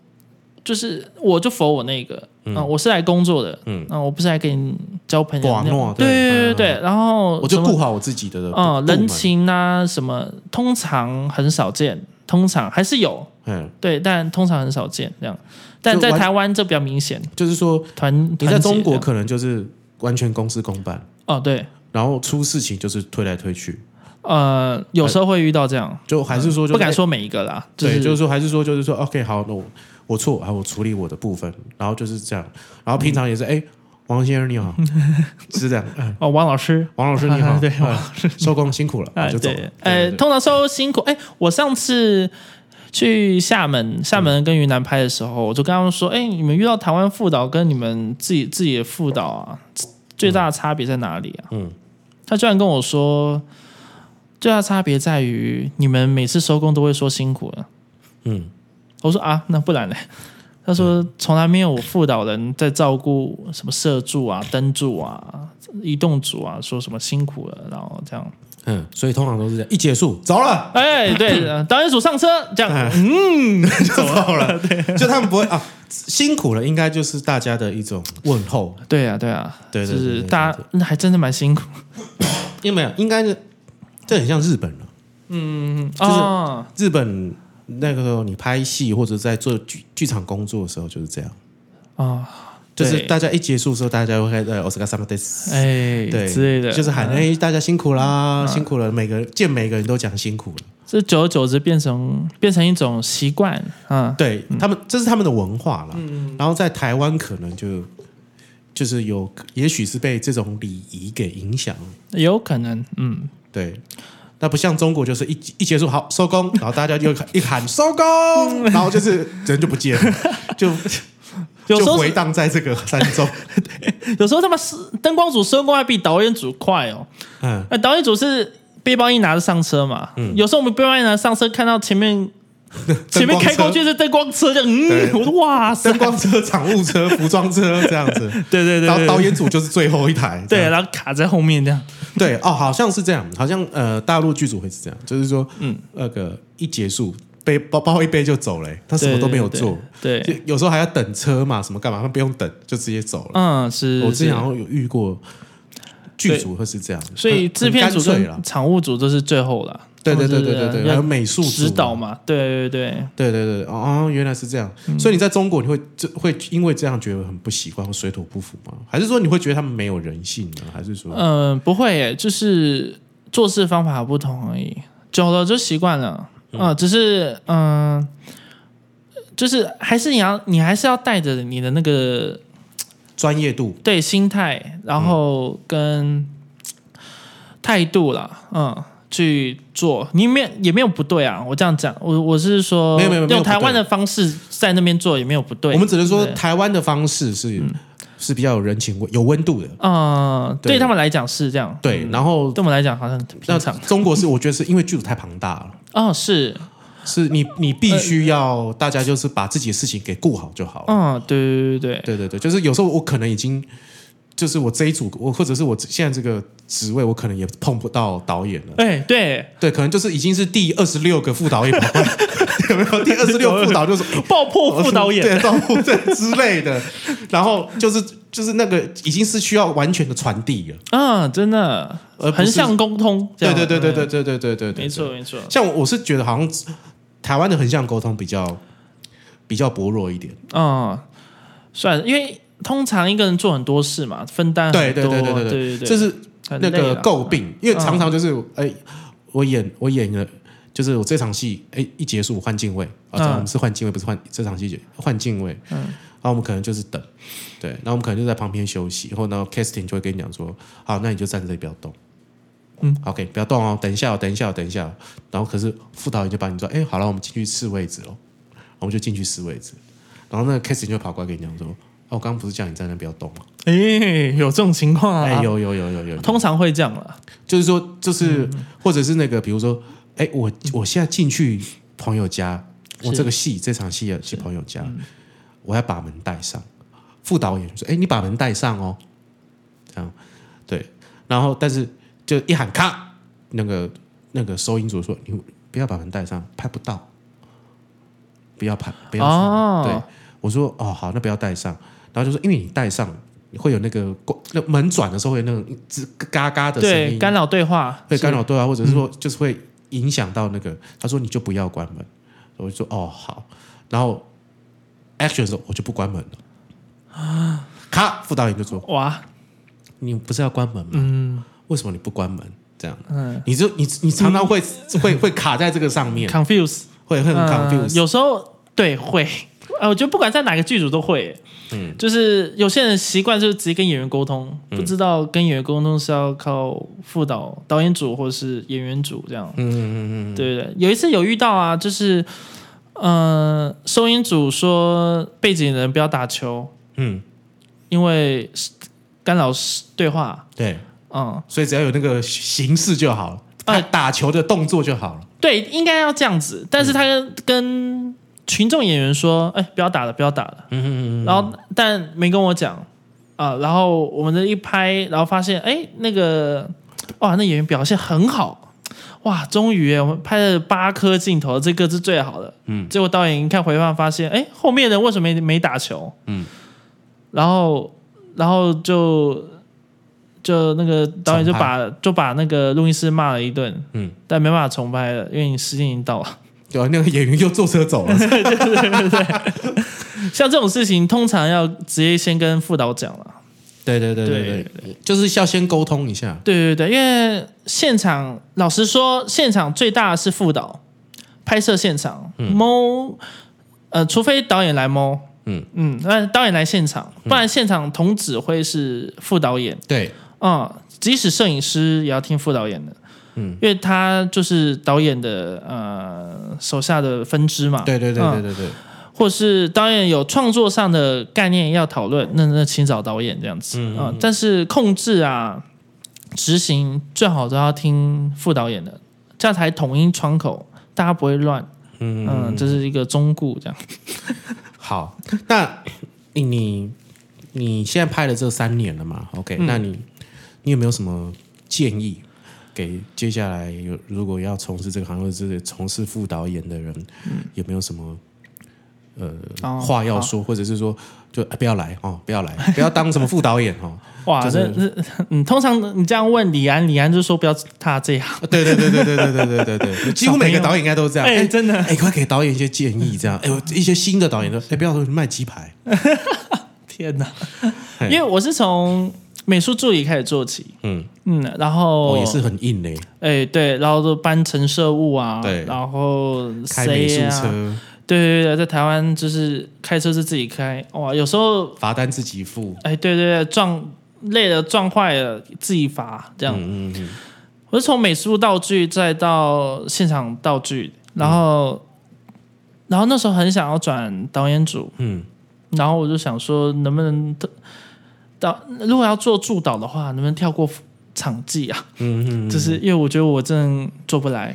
Speaker 2: 就是我就否我那个，嗯、我是来工作的，嗯
Speaker 1: 嗯、
Speaker 2: 我不是来跟你交朋友
Speaker 1: 寡
Speaker 2: 那样
Speaker 1: 诺
Speaker 2: 对
Speaker 1: 对
Speaker 2: 对对
Speaker 1: 嗯
Speaker 2: 对，然后
Speaker 1: 我就
Speaker 2: 什么
Speaker 1: 顾好我自己的的，
Speaker 2: 嗯
Speaker 1: 部门
Speaker 2: 人，情啊什么，通常很少见，通常还是有
Speaker 1: 嗯，
Speaker 2: 对，但通常很少见这样，但
Speaker 1: 就
Speaker 2: 在
Speaker 1: 完
Speaker 2: 台湾这比较明显，
Speaker 1: 就是说
Speaker 2: 团
Speaker 1: 你在
Speaker 2: 团结
Speaker 1: 中
Speaker 2: 这
Speaker 1: 国
Speaker 2: 样
Speaker 1: 可能就是完全公事公办，
Speaker 2: 哦对，
Speaker 1: 然后出事情就是推来推去，
Speaker 2: 呃有时候会遇到这样，
Speaker 1: 就还是说就
Speaker 2: 不敢
Speaker 1: 说。
Speaker 2: 说每一个啦，
Speaker 1: 对，就是
Speaker 2: 是
Speaker 1: 说还是说就是说，OK，好，那我我错，啊，我处理我的部分，然后就是这样，然后平常也是，哎、
Speaker 2: 嗯
Speaker 1: 王先生你 好，是这样，嗯
Speaker 2: 哦王老师。
Speaker 1: 王老师你好，
Speaker 2: 啊对
Speaker 1: 嗯收工辛苦了，
Speaker 2: 哎，
Speaker 1: 我就走
Speaker 2: 对
Speaker 1: 了，，
Speaker 2: 哎，
Speaker 1: 哎，
Speaker 2: 通常说辛苦。哎，我上次去厦门，厦门跟云南拍的时候，我就跟他们说，哎，你们遇到台湾副导跟你们自己自己的副导啊，最大的差别在哪里啊？
Speaker 1: 嗯，
Speaker 2: 他居然跟我说，最大的差别在于你们每次收工都会说辛苦了。
Speaker 1: 嗯，
Speaker 2: 我说啊，那不然呢？ 他说从来没有我副导人在照顾什么社助啊、灯助啊、移动组啊，说什么辛苦了，然后这样。
Speaker 1: 嗯，所以通常都是这样，一结束走了
Speaker 2: 哎，对，呃导演组上车，这
Speaker 1: 哎
Speaker 2: 样，
Speaker 1: 就走 了，就他们不会啊，辛苦了，应该就是大家的一种问候，
Speaker 2: 对啊，对啊，
Speaker 1: 对对
Speaker 2: 就
Speaker 1: 对
Speaker 2: 是
Speaker 1: 对对
Speaker 2: 大家那还真的蛮辛苦，
Speaker 1: 有没有？应该是这很像日本了，
Speaker 2: 就是哦，
Speaker 1: 日本那个时候你拍戏或者在做剧剧场工作的时候就是这样。
Speaker 2: 哦
Speaker 1: 就是
Speaker 2: 对
Speaker 1: 大家一结束的时候，大家会开始呃，我是个 summer days，
Speaker 2: 哎，
Speaker 1: 对
Speaker 2: 之类的，
Speaker 1: 就是喊
Speaker 2: 嗯
Speaker 1: 哎、大家辛苦啦，辛苦了，每个见每个人都讲辛苦了。
Speaker 2: 这久而久之变成变成一种习惯，啊，
Speaker 1: 对他们，这是他们的文化啦。
Speaker 2: 嗯
Speaker 1: 然后在台湾可能就就是有，也许是被这种礼仪给影响。
Speaker 2: 有可能，嗯，
Speaker 1: 对，那不像中国，就是一一结束好收工，然后大家就一喊收 工，然后就是人就不见了，就
Speaker 2: 有
Speaker 1: 就
Speaker 2: 时候
Speaker 1: 回荡在这个山 中。
Speaker 2: 有时候他们是灯光组收工还比导演组快哦，
Speaker 1: 嗯，
Speaker 2: 那导演组是背包一拿着上车嘛，有时候我们背包一拿着上车，看到前面
Speaker 1: 灯
Speaker 2: 前面
Speaker 1: 光车
Speaker 2: 开过去是灯光车，这样，嗯
Speaker 1: 对，
Speaker 2: 我说哇塞
Speaker 1: 灯，光车、场务 车、服装车这样子。
Speaker 2: 对对对
Speaker 1: 然后
Speaker 2: 对对
Speaker 1: 导演组就是最后一台，这
Speaker 2: 对，
Speaker 1: 样
Speaker 2: 然后卡在后面这样。
Speaker 1: 对哦，好像是这样，好像呃，大陆剧组会是这样，就是说，嗯，那个一结束背包包一背就走了、欸他什么都没有做，
Speaker 2: 对，对对
Speaker 1: 就有时候还要等车嘛，什么干嘛，他不用等就直接走了。
Speaker 2: 嗯，是。
Speaker 1: 我之
Speaker 2: 是
Speaker 1: 前好像有遇过剧组会是这样，
Speaker 2: 所以
Speaker 1: 很
Speaker 2: 制片组
Speaker 1: 很干脆啦
Speaker 2: 跟，场务组都是最后了。
Speaker 1: 对
Speaker 2: 哦
Speaker 1: 对对
Speaker 2: 对
Speaker 1: 对
Speaker 2: 对
Speaker 1: 对对，
Speaker 2: 要
Speaker 1: 还有美术组
Speaker 2: 指导，嘛，嗯对对对，
Speaker 1: 对对对，哦，哦原来是这样。所以你在中国，你会这会因为这样觉得很不习惯或水土不服吗？还是说你会觉得他们没有人性呢？还是说，
Speaker 2: 嗯、不会耶，就是做事方法不同而已，久了就习惯了。嗯、只是嗯、就是还是你要，你还是要带着你的那个
Speaker 1: 专业度
Speaker 2: 对心态，然
Speaker 1: 嗯
Speaker 2: 后跟态度啦，嗯，去做。你没有也没有不对啊，我这样讲，我我是说，
Speaker 1: 没有没有没有
Speaker 2: 用台
Speaker 1: 不对
Speaker 2: 湾的方式在那边做也没有不对。
Speaker 1: 我们只能说
Speaker 2: 对
Speaker 1: 台湾的方式是是比较有人情味、有温度的。
Speaker 2: 嗯、
Speaker 1: 对
Speaker 2: 对他们来讲是这样，
Speaker 1: 对，然后
Speaker 2: 对我们来讲好像很平
Speaker 1: 那
Speaker 2: 常。
Speaker 1: 中国是我觉得是因为剧组太庞大了，
Speaker 2: 哦，是，
Speaker 1: 是你你必须
Speaker 2: 呃
Speaker 1: 要大家就是把自己的事情给顾好就好了。
Speaker 2: 嗯，对对对对，
Speaker 1: 对对对，就是有时候我可能已经。就是我这一组，我或者是我现在这个职位，我可能也碰不到导演了。
Speaker 2: 哎对，
Speaker 1: 对，可能就是已经是第二十六个副导演吧，有没有？第二十六副导就是
Speaker 2: 爆破副导演，
Speaker 1: 对，照顾对之类的。然后就是就是那个已经是需要完全的传递了。
Speaker 2: 嗯，真的
Speaker 1: 而呃不
Speaker 2: 横
Speaker 1: 是
Speaker 2: 向沟通，
Speaker 1: 对
Speaker 2: 这样嗯
Speaker 1: 对对对对，对对对对对，
Speaker 2: 没错。没错，
Speaker 1: 像我是觉得好像台湾的横向沟通比较比较薄弱一点。
Speaker 2: 嗯，算了，因为通常一个人做很多事嘛，分担
Speaker 1: 对
Speaker 2: 很
Speaker 1: 对
Speaker 2: 啊多，
Speaker 1: 对对
Speaker 2: 对
Speaker 1: 对
Speaker 2: 对对，
Speaker 1: 这是
Speaker 2: 很
Speaker 1: 那
Speaker 2: 累
Speaker 1: 个
Speaker 2: 啦
Speaker 1: 诟，病，因为
Speaker 2: 嗯
Speaker 1: 常常就是哎，我演我演了。就是我这场戏，哎，一结束换镜位啊，这样
Speaker 2: 嗯
Speaker 1: 我们是换镜位，不是换这场戏换镜位。嗯，然后我们可能就是等，对，然后我们可能就在旁边休息，然后呢，casting 就会跟你讲说，好，那你就站在这里不要动，
Speaker 2: 嗯
Speaker 1: ，OK，不要动哦，等一下哦，等一下哦，等一下哦。然后可是副导演就把你说，哎，好了，我们进去试位置喽，我们就进去试位置。然后那个 casting 就跑过来跟你讲说，哦，我刚刚不是叫你站在那不要动吗？
Speaker 2: 哎，有这种情况啊，
Speaker 1: 哎，有有有有有有，
Speaker 2: 通常会这样了，
Speaker 1: 就是说，就是、
Speaker 2: 嗯
Speaker 1: 或者是那个，比如说，哎，我我现在进去朋友家，我
Speaker 2: 是嗯
Speaker 1: 这个戏这场戏要去朋友家，我要把门带上。副导演说：“哎，你把门带上哦。”这样，对。然后，但是就一喊咔，那个那个收音组说：“你不要把门带上，拍不到，不要拍，不要拍。
Speaker 2: 哦
Speaker 1: 对，我说：“哦，好，那不要带上。”然后就说：“因为你带上。”会有那个光那门转的时候会有那种吱嘎嘎的声音，
Speaker 2: 对，干扰对话，
Speaker 1: 会
Speaker 2: 是嗯
Speaker 1: 干扰对啊，或者是说就是会影响到那个。他说你就不要关门，我就说哦好，然后 action 的时候我就不关门了。
Speaker 2: 啊
Speaker 1: 咔，副导演就说
Speaker 2: 哇，
Speaker 1: 你不是要关门吗？
Speaker 2: 嗯
Speaker 1: 为什么你不关门？这样，
Speaker 2: 嗯
Speaker 1: 你就你你常常会、会会卡在这个上面，
Speaker 2: ，confuse，
Speaker 1: 会会很 confused、
Speaker 2: 嗯呃有时候对会。 呃，我觉得不管在哪个剧组都会，嗯，就是有些人习惯就是直接跟演员沟通，不知道跟演员沟通是要靠副导、导演组或者是演员组这样，
Speaker 1: 嗯嗯嗯嗯，
Speaker 2: 对对对，有一次有遇到啊，就是，嗯、收音组说背景人不要打球，
Speaker 1: 嗯，
Speaker 2: 因为干扰对话。
Speaker 1: 对，
Speaker 2: 嗯，
Speaker 1: 所以只要有那个形式就好了，
Speaker 2: 哎
Speaker 1: 他打球的动作就好了。
Speaker 2: 对，应该要这样子。但是他跟、跟群众演员说，哎，不要打了，不要打了。
Speaker 1: 嗯嗯嗯
Speaker 2: 然后但没跟我讲啊。然后我们这一拍，然后发现，哎，那个哇，那演员表现很好。哇，终于耶我们拍了八颗镜头，这个是最好的。
Speaker 1: 嗯，
Speaker 2: 结果导演一看回放，发现哎，后面人为什么没没打球？
Speaker 1: 嗯，
Speaker 2: 然后然后就就那个导演就把就把那个录音师骂了一顿，
Speaker 1: 嗯，
Speaker 2: 但没办法重拍了，因为你时间已经到了。
Speaker 1: 对啊，那个演员又坐车走 了。
Speaker 2: 像这种事情，通常要直接先跟副导讲了。
Speaker 1: 对对对
Speaker 2: 对
Speaker 1: 对对，就是要先沟通一下。
Speaker 2: 对对对，因为现场老实说，现场最大的是副导，拍摄现场猫、呃，除非导演来猫，
Speaker 1: 嗯
Speaker 2: 嗯，那导演来现场，不然现场同指挥是副导演，
Speaker 1: 对，
Speaker 2: 嗯，即使摄影师也要听副导演的，
Speaker 1: 嗯，
Speaker 2: 因为他就是导演的呃手下的分支嘛，
Speaker 1: 对对对对
Speaker 2: 嗯
Speaker 1: 对对，
Speaker 2: 或是导演有创作上的概念要讨论，那那请找导演这样子啊、
Speaker 1: 嗯
Speaker 2: 但是控制啊、执行最好都要听副导演的，这样才统一窗口，大家不会乱。
Speaker 1: 嗯
Speaker 2: 嗯，这是一个忠固这样。
Speaker 1: 好，那你你你现在拍了这三年了嘛？OK，、那
Speaker 2: 嗯
Speaker 1: 你你有没有什么建议给接下来有如果要从事这个行业或者是从事副导演的人，有没有什么呃
Speaker 2: 嗯哦
Speaker 1: 话要说，或者是说就、哎不要来哦，不要来，不要当什么副导演哦。
Speaker 2: 哇，
Speaker 1: 就
Speaker 2: 这
Speaker 1: 是
Speaker 2: 这，嗯，通常你这样问李安，李安就说不要踏这一行。
Speaker 1: 对对对对对对对对对对，几乎每个导演应该都这样。
Speaker 2: 哎
Speaker 1: 哎，
Speaker 2: 真的
Speaker 1: 哎，快给导演一些建议，这样。哎，我一些新的导演都哎，不要说卖鸡排，
Speaker 2: 天哪！
Speaker 1: 嘿
Speaker 2: 因为我是从美术助理开始做起，
Speaker 1: 嗯，
Speaker 2: 嗯，然后、
Speaker 1: 哦，也是很硬嘞，
Speaker 2: 哎，对，然后都搬陈设物啊，
Speaker 1: 对
Speaker 2: 然后
Speaker 1: 开美术
Speaker 2: 谁啊，
Speaker 1: 车，
Speaker 2: 对对对，在台湾就是开车是自己开，哇，有时候
Speaker 1: 罚单自己付。
Speaker 2: 哎，对对对，撞累了撞坏了自己罚这样。
Speaker 1: 嗯嗯嗯，
Speaker 2: 我是从美术道具再到现场道具，然
Speaker 1: 嗯
Speaker 2: 后、然后那时候很想要转导演组，
Speaker 1: 嗯，
Speaker 2: 然后我就想说能不能导如果要做助导的话，能不能跳过场记啊？
Speaker 1: 嗯嗯，
Speaker 2: 就是因为我觉得我真的做不来，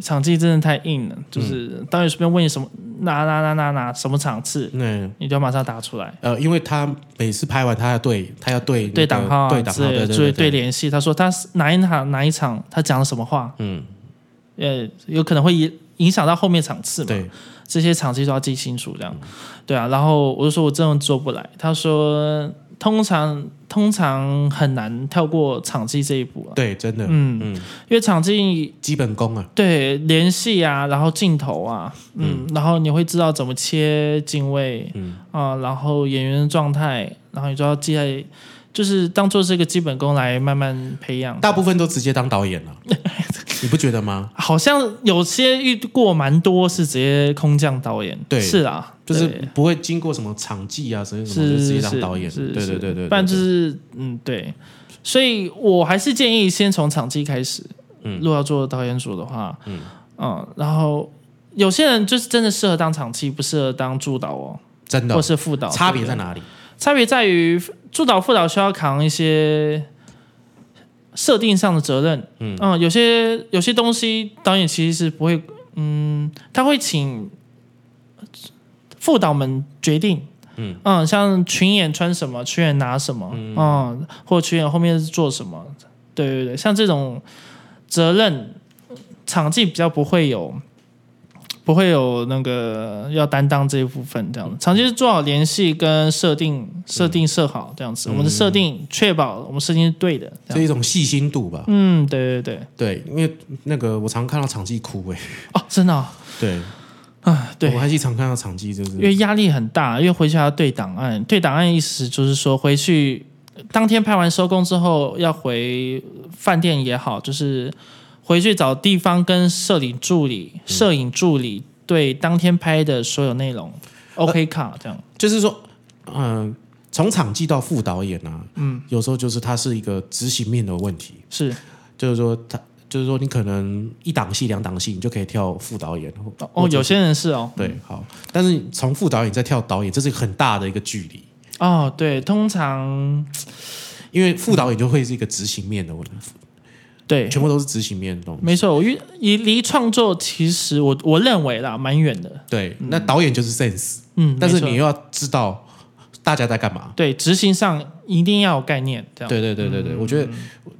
Speaker 2: 场记真的太硬了，就是
Speaker 1: 嗯
Speaker 2: 导演随便问你什么哪哪哪哪哪什么场次，
Speaker 1: 那
Speaker 2: 你就要马上答出来。
Speaker 1: 嗯呃，因为他每次拍完，他要对，他要对那个
Speaker 2: 对档号啊
Speaker 1: 对档
Speaker 2: 之
Speaker 1: 号，
Speaker 2: 类的
Speaker 1: 对
Speaker 2: 注意
Speaker 1: 对
Speaker 2: 对，联系。他说他是哪一场哪一场他讲了什么话，
Speaker 1: 嗯，
Speaker 2: 呃，有可能会影影响到后面场次嘛。
Speaker 1: 对，
Speaker 2: 这些场次都要记清楚，这样。对啊，然后我就说我真的做不来。他说通常通常很难跳过场记这一步了，
Speaker 1: 对，真的，
Speaker 2: 嗯
Speaker 1: 嗯，
Speaker 2: 因为场记
Speaker 1: 基本功啊，
Speaker 2: 对联系啊，然后镜头啊，嗯，然后你会知道怎么切镜位，
Speaker 1: 嗯
Speaker 2: 啊、然后演员的状态，然后你就要记在，就是当做是一个基本功来慢慢培养。
Speaker 1: 大部分都直接当导演 了，你不觉得吗？
Speaker 2: 好像有些遇过蛮多是直接空降导演，
Speaker 1: 对
Speaker 2: 是啊，
Speaker 1: 就是
Speaker 2: 对
Speaker 1: 不会经过什么场记啊，什么什么，
Speaker 2: 是
Speaker 1: 就直接
Speaker 2: 是
Speaker 1: 当
Speaker 2: 是
Speaker 1: 导演。对
Speaker 2: 是
Speaker 1: 对
Speaker 2: 是
Speaker 1: 对对对，
Speaker 2: 不然就是嗯对，所以我还是建议先从场记开始，
Speaker 1: 嗯
Speaker 2: 嗯，如果要做导演组的话，嗯然后有些人就是真的适合当场记，不适合当助导哦，
Speaker 1: 真
Speaker 2: 或
Speaker 1: 的
Speaker 2: 是副导，啊
Speaker 1: 差别
Speaker 2: 对
Speaker 1: 在哪里？
Speaker 2: 差别在于助导副导需要扛一些设定上的责任。嗯有些有些东西导演其实是不会，嗯，他会请副导们决定。嗯像群演穿什么，群演拿什么，嗯，或群演后面是做什么，对对对，像这种责任场记比较不会有，不会有那个要担当这一部分这样子。场记是做好联系跟设定，设定设好这样子，我们的设定确保我们设定是对的。
Speaker 1: 这
Speaker 2: 这样
Speaker 1: 一种细心度吧。
Speaker 2: 嗯，对对对，
Speaker 1: 对，因为那个我常看到场记哭哎，
Speaker 2: 哦，真的哦
Speaker 1: 对
Speaker 2: 啊，对
Speaker 1: 我，还是常看到场记就是
Speaker 2: 因为压力很大，因为回去还要对档案，对档案意思就是说回去当天拍完收工之后要回饭店也好，就是回去找地方跟摄影助理、摄影助理对当天拍的所有内容、OK
Speaker 1: 呃
Speaker 2: 卡这样。
Speaker 1: 就是说，嗯，从场记到副导演啊，嗯，有时候就是它是一个执行面的问题，
Speaker 2: 是
Speaker 1: 就是说他就是说你可能一档戏两档戏你就可以跳副导演或
Speaker 2: 哦，有些人是哦，
Speaker 1: 对好，但是你从副导演再跳导演，这是很大的一个距离。
Speaker 2: 哦，对，通常
Speaker 1: 因为副导演就会是一个执行面的问题，
Speaker 2: 对，嗯
Speaker 1: 全部都是执行面的东西。
Speaker 2: 没错，我遇离离创作其实我我认为啦蛮远的，
Speaker 1: 对，那导演就是 sense，
Speaker 2: 嗯，
Speaker 1: 但
Speaker 2: 没
Speaker 1: 是
Speaker 2: 错
Speaker 1: 你又要知道大家在干嘛。
Speaker 2: 对执行上一定要有概念，这样
Speaker 1: 对对对对
Speaker 2: 嗯
Speaker 1: 对，我觉得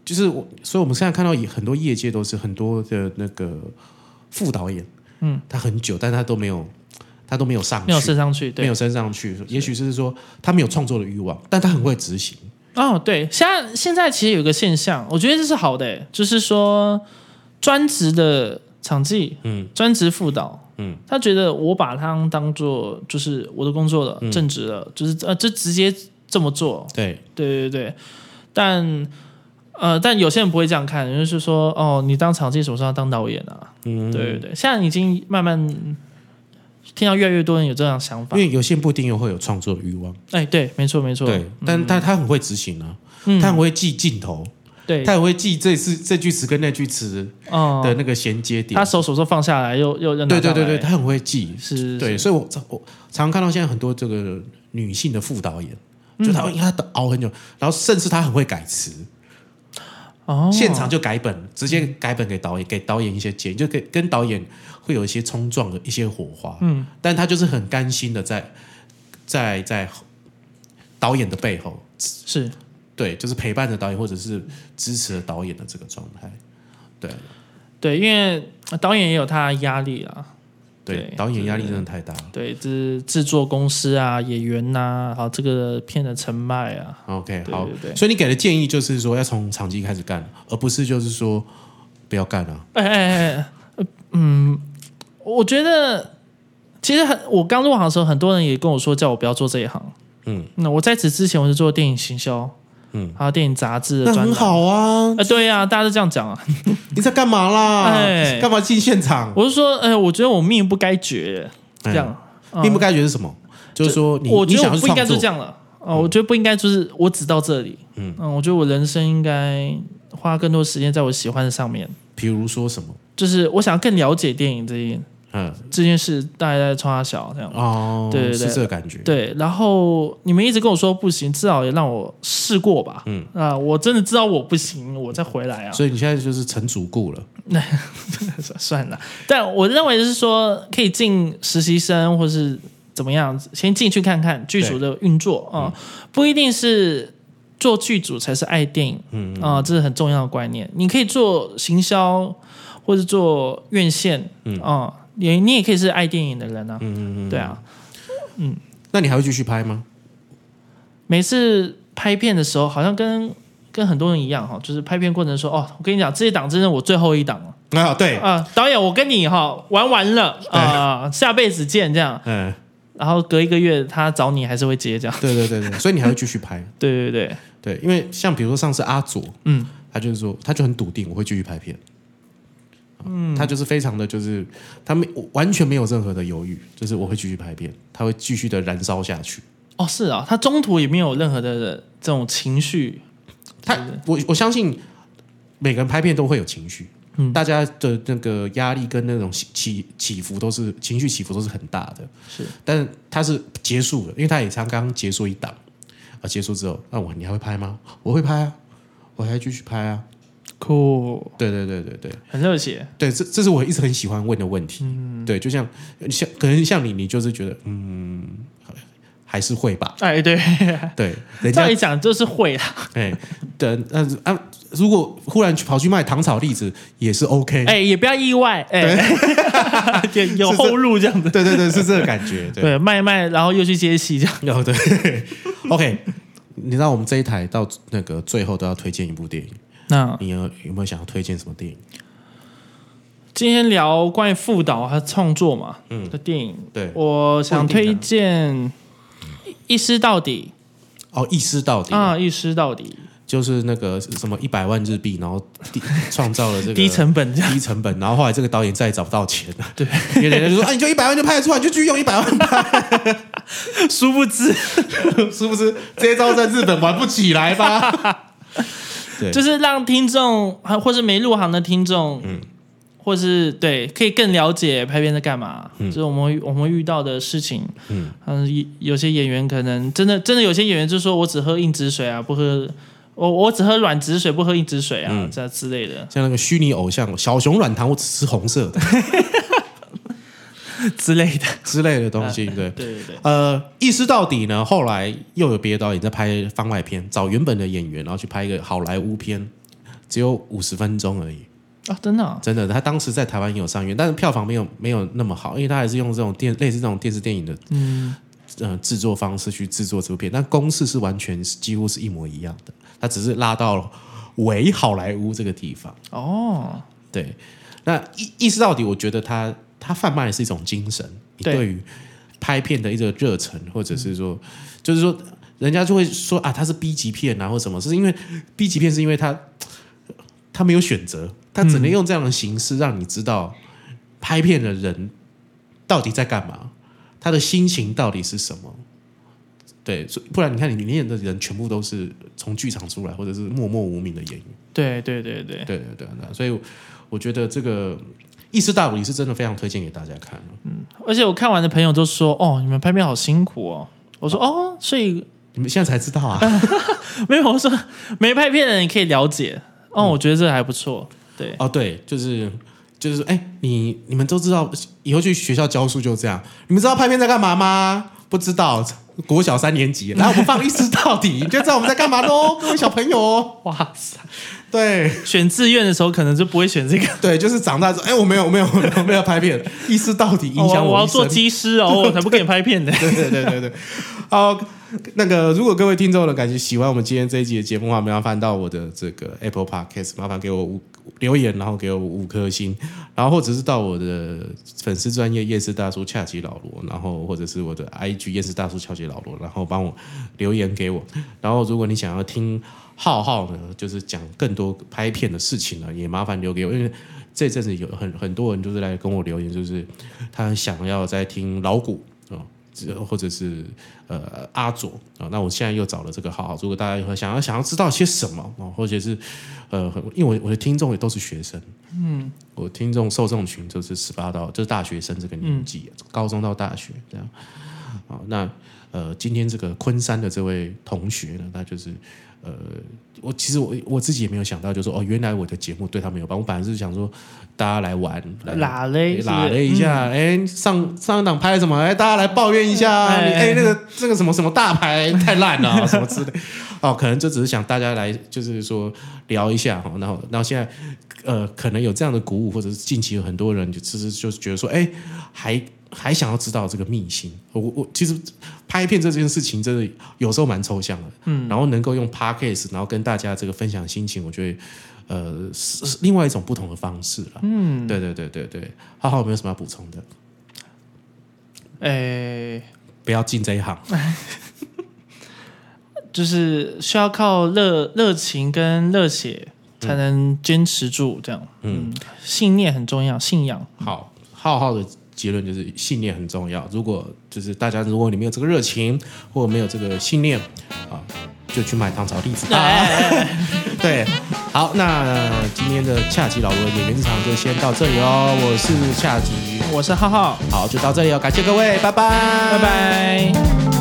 Speaker 1: 就是我，所以我们现在看到也很多业界都是很多的那个副导演，嗯，他很久，但他都没有，他都没有上去，
Speaker 2: 没有升上去，对
Speaker 1: 没有升上去。也许是说他没有创作的欲望，但他很会执行。
Speaker 2: 哦，对，现在现在其实有一个现象，我觉得这是好的欸，就是说专职的场记，
Speaker 1: 嗯，
Speaker 2: 专职辅导，
Speaker 1: 嗯，
Speaker 2: 他觉得我把它当做就是我的工作了，正职
Speaker 1: 嗯
Speaker 2: 了，就是呃，就直接这么做，
Speaker 1: 对，
Speaker 2: 对对对，但。呃，但有些人不会这样看，就是说，哦，你当场记手上当导演啊，
Speaker 1: 嗯，
Speaker 2: 对对对，现在已经慢慢听到越来越多人有这样的想法
Speaker 1: 因，为有些人不一定又会有创作的欲望，
Speaker 2: 哎，对，没错没错，
Speaker 1: 对，但但他很会执行啊，
Speaker 2: 嗯，
Speaker 1: 他很会记镜头，
Speaker 2: 对，
Speaker 1: 他很会记这次这句词跟那句词
Speaker 2: 哦
Speaker 1: 的那个衔接点
Speaker 2: 他。手手都放下来，又又扔
Speaker 1: 对
Speaker 2: 拿
Speaker 1: 对
Speaker 2: 上
Speaker 1: 对
Speaker 2: 来
Speaker 1: 对，他很会记，
Speaker 2: 是，
Speaker 1: 对，
Speaker 2: 是
Speaker 1: 所以我常我常看到现在很多这个女性的副导演，就
Speaker 2: 嗯
Speaker 1: 她因为她熬很久，然后甚至她很会改词，
Speaker 2: 哦，
Speaker 1: 现场就改本，直接改本给导演，给导演一些建议，就跟跟导演会有一些冲撞的一些火花。嗯，但她就是很甘心的在在在导演的背后，
Speaker 2: 是
Speaker 1: 对，就是陪伴着导演或者是支持着导演的这个状态。对，
Speaker 2: 对，因为导演也有他的压力啦，
Speaker 1: 对
Speaker 2: 对，
Speaker 1: 导演压力真的太大了。
Speaker 2: 对，制制作公司啊、演员呐、还有这个片的成败啊，
Speaker 1: OK，
Speaker 2: 对
Speaker 1: 好
Speaker 2: 对，对
Speaker 1: 所以你给的建议就是说要从长期开始干，而不是就是说不要干啊。
Speaker 2: 哎哎哎哎，呃嗯，我觉得其实很，我刚入行的时候，很多人也跟我说叫我不要做这一行。
Speaker 1: 嗯，
Speaker 2: 那我在此之前我是做电影行销，
Speaker 1: 嗯，
Speaker 2: 还有电影杂志的
Speaker 1: 那
Speaker 2: 专
Speaker 1: 很
Speaker 2: 栏。
Speaker 1: 好啊
Speaker 2: 啊、，对呀、大家都这样讲啊。
Speaker 1: 你在干嘛啦？
Speaker 2: 哎
Speaker 1: 干嘛进现场？
Speaker 2: 我是说，哎、我觉得我命不该绝，这样、
Speaker 1: 哎命不
Speaker 2: 该，
Speaker 1: 该绝是什么？就是说你
Speaker 2: 我
Speaker 1: 你
Speaker 2: 觉得
Speaker 1: 想
Speaker 2: 我
Speaker 1: 要
Speaker 2: 不
Speaker 1: 去
Speaker 2: 应
Speaker 1: 创
Speaker 2: 该就
Speaker 1: 作
Speaker 2: 这，样了。哦、我觉得不应该就是我只到这里。
Speaker 1: 嗯
Speaker 2: 我觉得我人生应该花更多时间在我喜欢的上面，
Speaker 1: 比如说什么？
Speaker 2: 就是我想要更了解电影这一
Speaker 1: 嗯，
Speaker 2: 这件事，大家在冲他小这样。
Speaker 1: 哦，
Speaker 2: 对对对
Speaker 1: 是这个感觉。
Speaker 2: 对，然后你们一直跟我说不行，至少也让我试过吧。
Speaker 1: 嗯
Speaker 2: 嗯啊、我真的知道我不行，我再回来啊。
Speaker 1: 所以你现在就是成主顾了，
Speaker 2: 算了，但我认为是说可以进实习生或是怎么样，先进去看看剧组的运作啊、不一定是做剧组才是爱电影，嗯啊、这是很重要的观念。你可以做行销或者做院线，嗯啊、也你也可以是爱电影的人啊，嗯嗯对啊。
Speaker 1: 那你还会继续拍吗？
Speaker 2: 每次拍片的时候，好像跟跟很多人一样哈，就是拍片过程说哦，我跟你讲，这一档真的我最后一档了
Speaker 1: 啊， 对，
Speaker 2: 啊、导演，我跟你哈玩完了啊、下辈子见这样。
Speaker 1: 嗯，
Speaker 2: 然后隔一个月他找你还是会接这样，
Speaker 1: 对对对对，所以你还会继续拍，
Speaker 2: 对对对，
Speaker 1: 对，因为像比如说上次阿左，
Speaker 2: 嗯，
Speaker 1: 他就是说，他就很笃定我会继续拍片。嗯，他就是非常的，就是他没完全没有任何的犹豫，就是我会继续拍片，他会继续的燃烧下去。
Speaker 2: 哦是啊，他中途也没有任何的这种情绪，
Speaker 1: 他我我相信每个人拍片都会有情绪，
Speaker 2: 嗯
Speaker 1: 大家的那个压力跟那种起起起伏都是情绪起伏都是很大的，
Speaker 2: 是
Speaker 1: 但是他是结束了，因为他也才刚结束一档啊，结束之后，那、我你还会拍吗？我会拍啊，我还继续拍啊，
Speaker 2: 酷，
Speaker 1: 对对对对对，
Speaker 2: 很热血，
Speaker 1: 对，这这是我一直很喜欢问的问题。
Speaker 2: 嗯
Speaker 1: 对，就像像可能像你，你就是觉得嗯，还是会吧。
Speaker 2: 哎对，
Speaker 1: 对，人
Speaker 2: 照
Speaker 1: 家
Speaker 2: 理讲就是会啊，
Speaker 1: 哎，对，但是啊，如果忽然去跑去卖糖炒栗子也是 OK。
Speaker 2: 哎也不要意外，哎， 有有
Speaker 1: 是是
Speaker 2: 后路这样子，
Speaker 1: 对对对，是这个感觉。对，
Speaker 2: 对，卖一卖，然后又去接戏这样。
Speaker 1: 然后对，OK。你知道我们这一台到那个最后都要推荐一部电影，
Speaker 2: 那
Speaker 1: 你有有没有想要推荐什么电影？
Speaker 2: 今天聊关于副导和创作嘛，嗯，的电影，
Speaker 1: 对
Speaker 2: 我想推荐《一师到底
Speaker 1: 哦，一师到》底、
Speaker 2: 啊，《一师到底
Speaker 1: 就是那个什么一百万日币，然后低创造了这》个
Speaker 2: 低成本这样，
Speaker 1: 低成本，然后后来这个导演再也找不到钱了， 对，因为人家就说啊，你就一百万就拍得出来，你就继续用一百万拍，
Speaker 2: 殊不知
Speaker 1: 是不是？这一招在日本玩不起来吧？ 对，
Speaker 2: 就是让听众还或是没入行的听众，嗯，或是对可以更了解拍片在干嘛，就是我们我们遇到的事情，嗯，有有些演员可能真的真的有些演员就说我只喝硬脂水啊，不喝我我只喝软脂水，不喝硬脂水啊，这样之类的
Speaker 1: 像那个虚拟偶像小熊软糖，我只吃红色的
Speaker 2: 之类的，
Speaker 1: 之类的东西，对。
Speaker 2: 对对对，
Speaker 1: 呃，意思到底呢？后来又有别的导演在拍番外片，找原本的演员，然后去拍一个好莱坞片，只有五十分钟而已。
Speaker 2: 啊，真的啊、
Speaker 1: 真的，他当时在台湾也有上映，但是票房没有没有那么好，因为他还是用这种电类似这种电视电影的嗯呃制作方式去制作这部片，但公式是完全是几乎是一模一样的，他只是拉到了伪好莱坞这个地方。
Speaker 2: 哦，
Speaker 1: 对，那意意识到底，我觉得他他贩卖的是一种精神，你
Speaker 2: 对
Speaker 1: 对于拍片的一个热忱，或者是说，就是说，人家就会说啊，他是 B 级片啊，或什么，是因为 B 级片是因为他他没有选择，他只能用这样的形式让你知道拍片的人到底在干嘛，他的心情到底是什么。对，所以不然你看你里面的人全部都是从剧场出来，或者是默默无名的演员。
Speaker 2: 对对对对，
Speaker 1: 对对对对，所以我觉得这个《意识大理》是真的非常推荐给大家看。
Speaker 2: 而且我看完的朋友都说，哦，你们拍片好辛苦哦。我说哦，所以
Speaker 1: 你们现在才知道啊？
Speaker 2: 没有，我说没拍片的人可以了解。哦，我觉得这还不错。对，
Speaker 1: 哦，对，就是就是，哎，你你们都知道，以后去学校教书就这样。你们知道拍片在干嘛吗？不知道，国小三年级，来我们放一知到底，你就知道我们在干嘛喽，各位小朋友哦。
Speaker 2: 哇塞，哦
Speaker 1: 对
Speaker 2: 选志愿的时候可能就不会选这个。
Speaker 1: 对，就是长大之后，哎、我没有我没有我没有没有拍片，意识到底影响
Speaker 2: 我，我要
Speaker 1: 一生
Speaker 2: 做机师哦，我才不给你拍片呢。
Speaker 1: 对对对对对。好，那个如果各位听众呢，感觉喜欢我们今天这一集的节目的话，麻烦到我的这个 Apple Podcast，麻烦给我五留言，然后给我五颗星，然后或者是到我的粉丝专业夜市大叔恰吉老罗，然后或者是我的 IG 夜市大叔恰吉老罗，然后帮我留言给我。然后如果你想要听浩浩呢，就是讲更多拍片的事情呢，也麻烦留给我，因为。这阵子有很很多人就是来跟我留言，就是他想要再听老谷哦，或者是呃阿佐啊、那我现在又找了这个浩浩，如果大家想要想要知道些什么啊、或者是呃，很因为我我的听众也都是学生，嗯，我听众受众群就是十八到就是大学生这个年纪，高中到大学这样啊、那呃，今天这个昆山的这位同学呢，他就是呃，我其实我我自己也没有想到，就是说哦，原来我的节目对他们有帮。我本来是想说大家来玩，来
Speaker 2: 拉嘞，
Speaker 1: 拉了
Speaker 2: 嘞
Speaker 1: 一，下，哎、上上一档拍什么？哎，大家来抱怨一下啊，
Speaker 2: 哎
Speaker 1: 你哎那个这个什么什么大牌太烂了啊、什么之类。哦，可能就只是想大家来，就是说聊一下哈。然后，然后现在呃，可能有这样的鼓舞，或者是近期有很多人就其实就是觉得说，哎，还还想要知道这个秘辛。我我其实拍片这件事情真的有时候蛮抽象的，嗯，然后能够用 podcast，然后跟大家这个分享心情，我觉得。呃，是是另外一种不同的方式了。嗯，对对对对对。浩浩有没有什么要补充的？
Speaker 2: 哎，
Speaker 1: 不要进这一行。
Speaker 2: 就是需要靠热热情跟热血才能坚持住，这样，嗯，信念很重要，信仰，
Speaker 1: 好，浩浩的结论就是信念很重要。如果就是大家，如果你没有这个热情，或者没有这个信念啊，就去买糖炒栗子吧。
Speaker 2: 哎，
Speaker 1: 对，好，那今天的恰吉老罗的演员日常就先到这里哦。我是恰吉，
Speaker 2: 我是浩浩，
Speaker 1: 好，就到这里哦，感谢各位，拜拜，
Speaker 2: 拜。拜。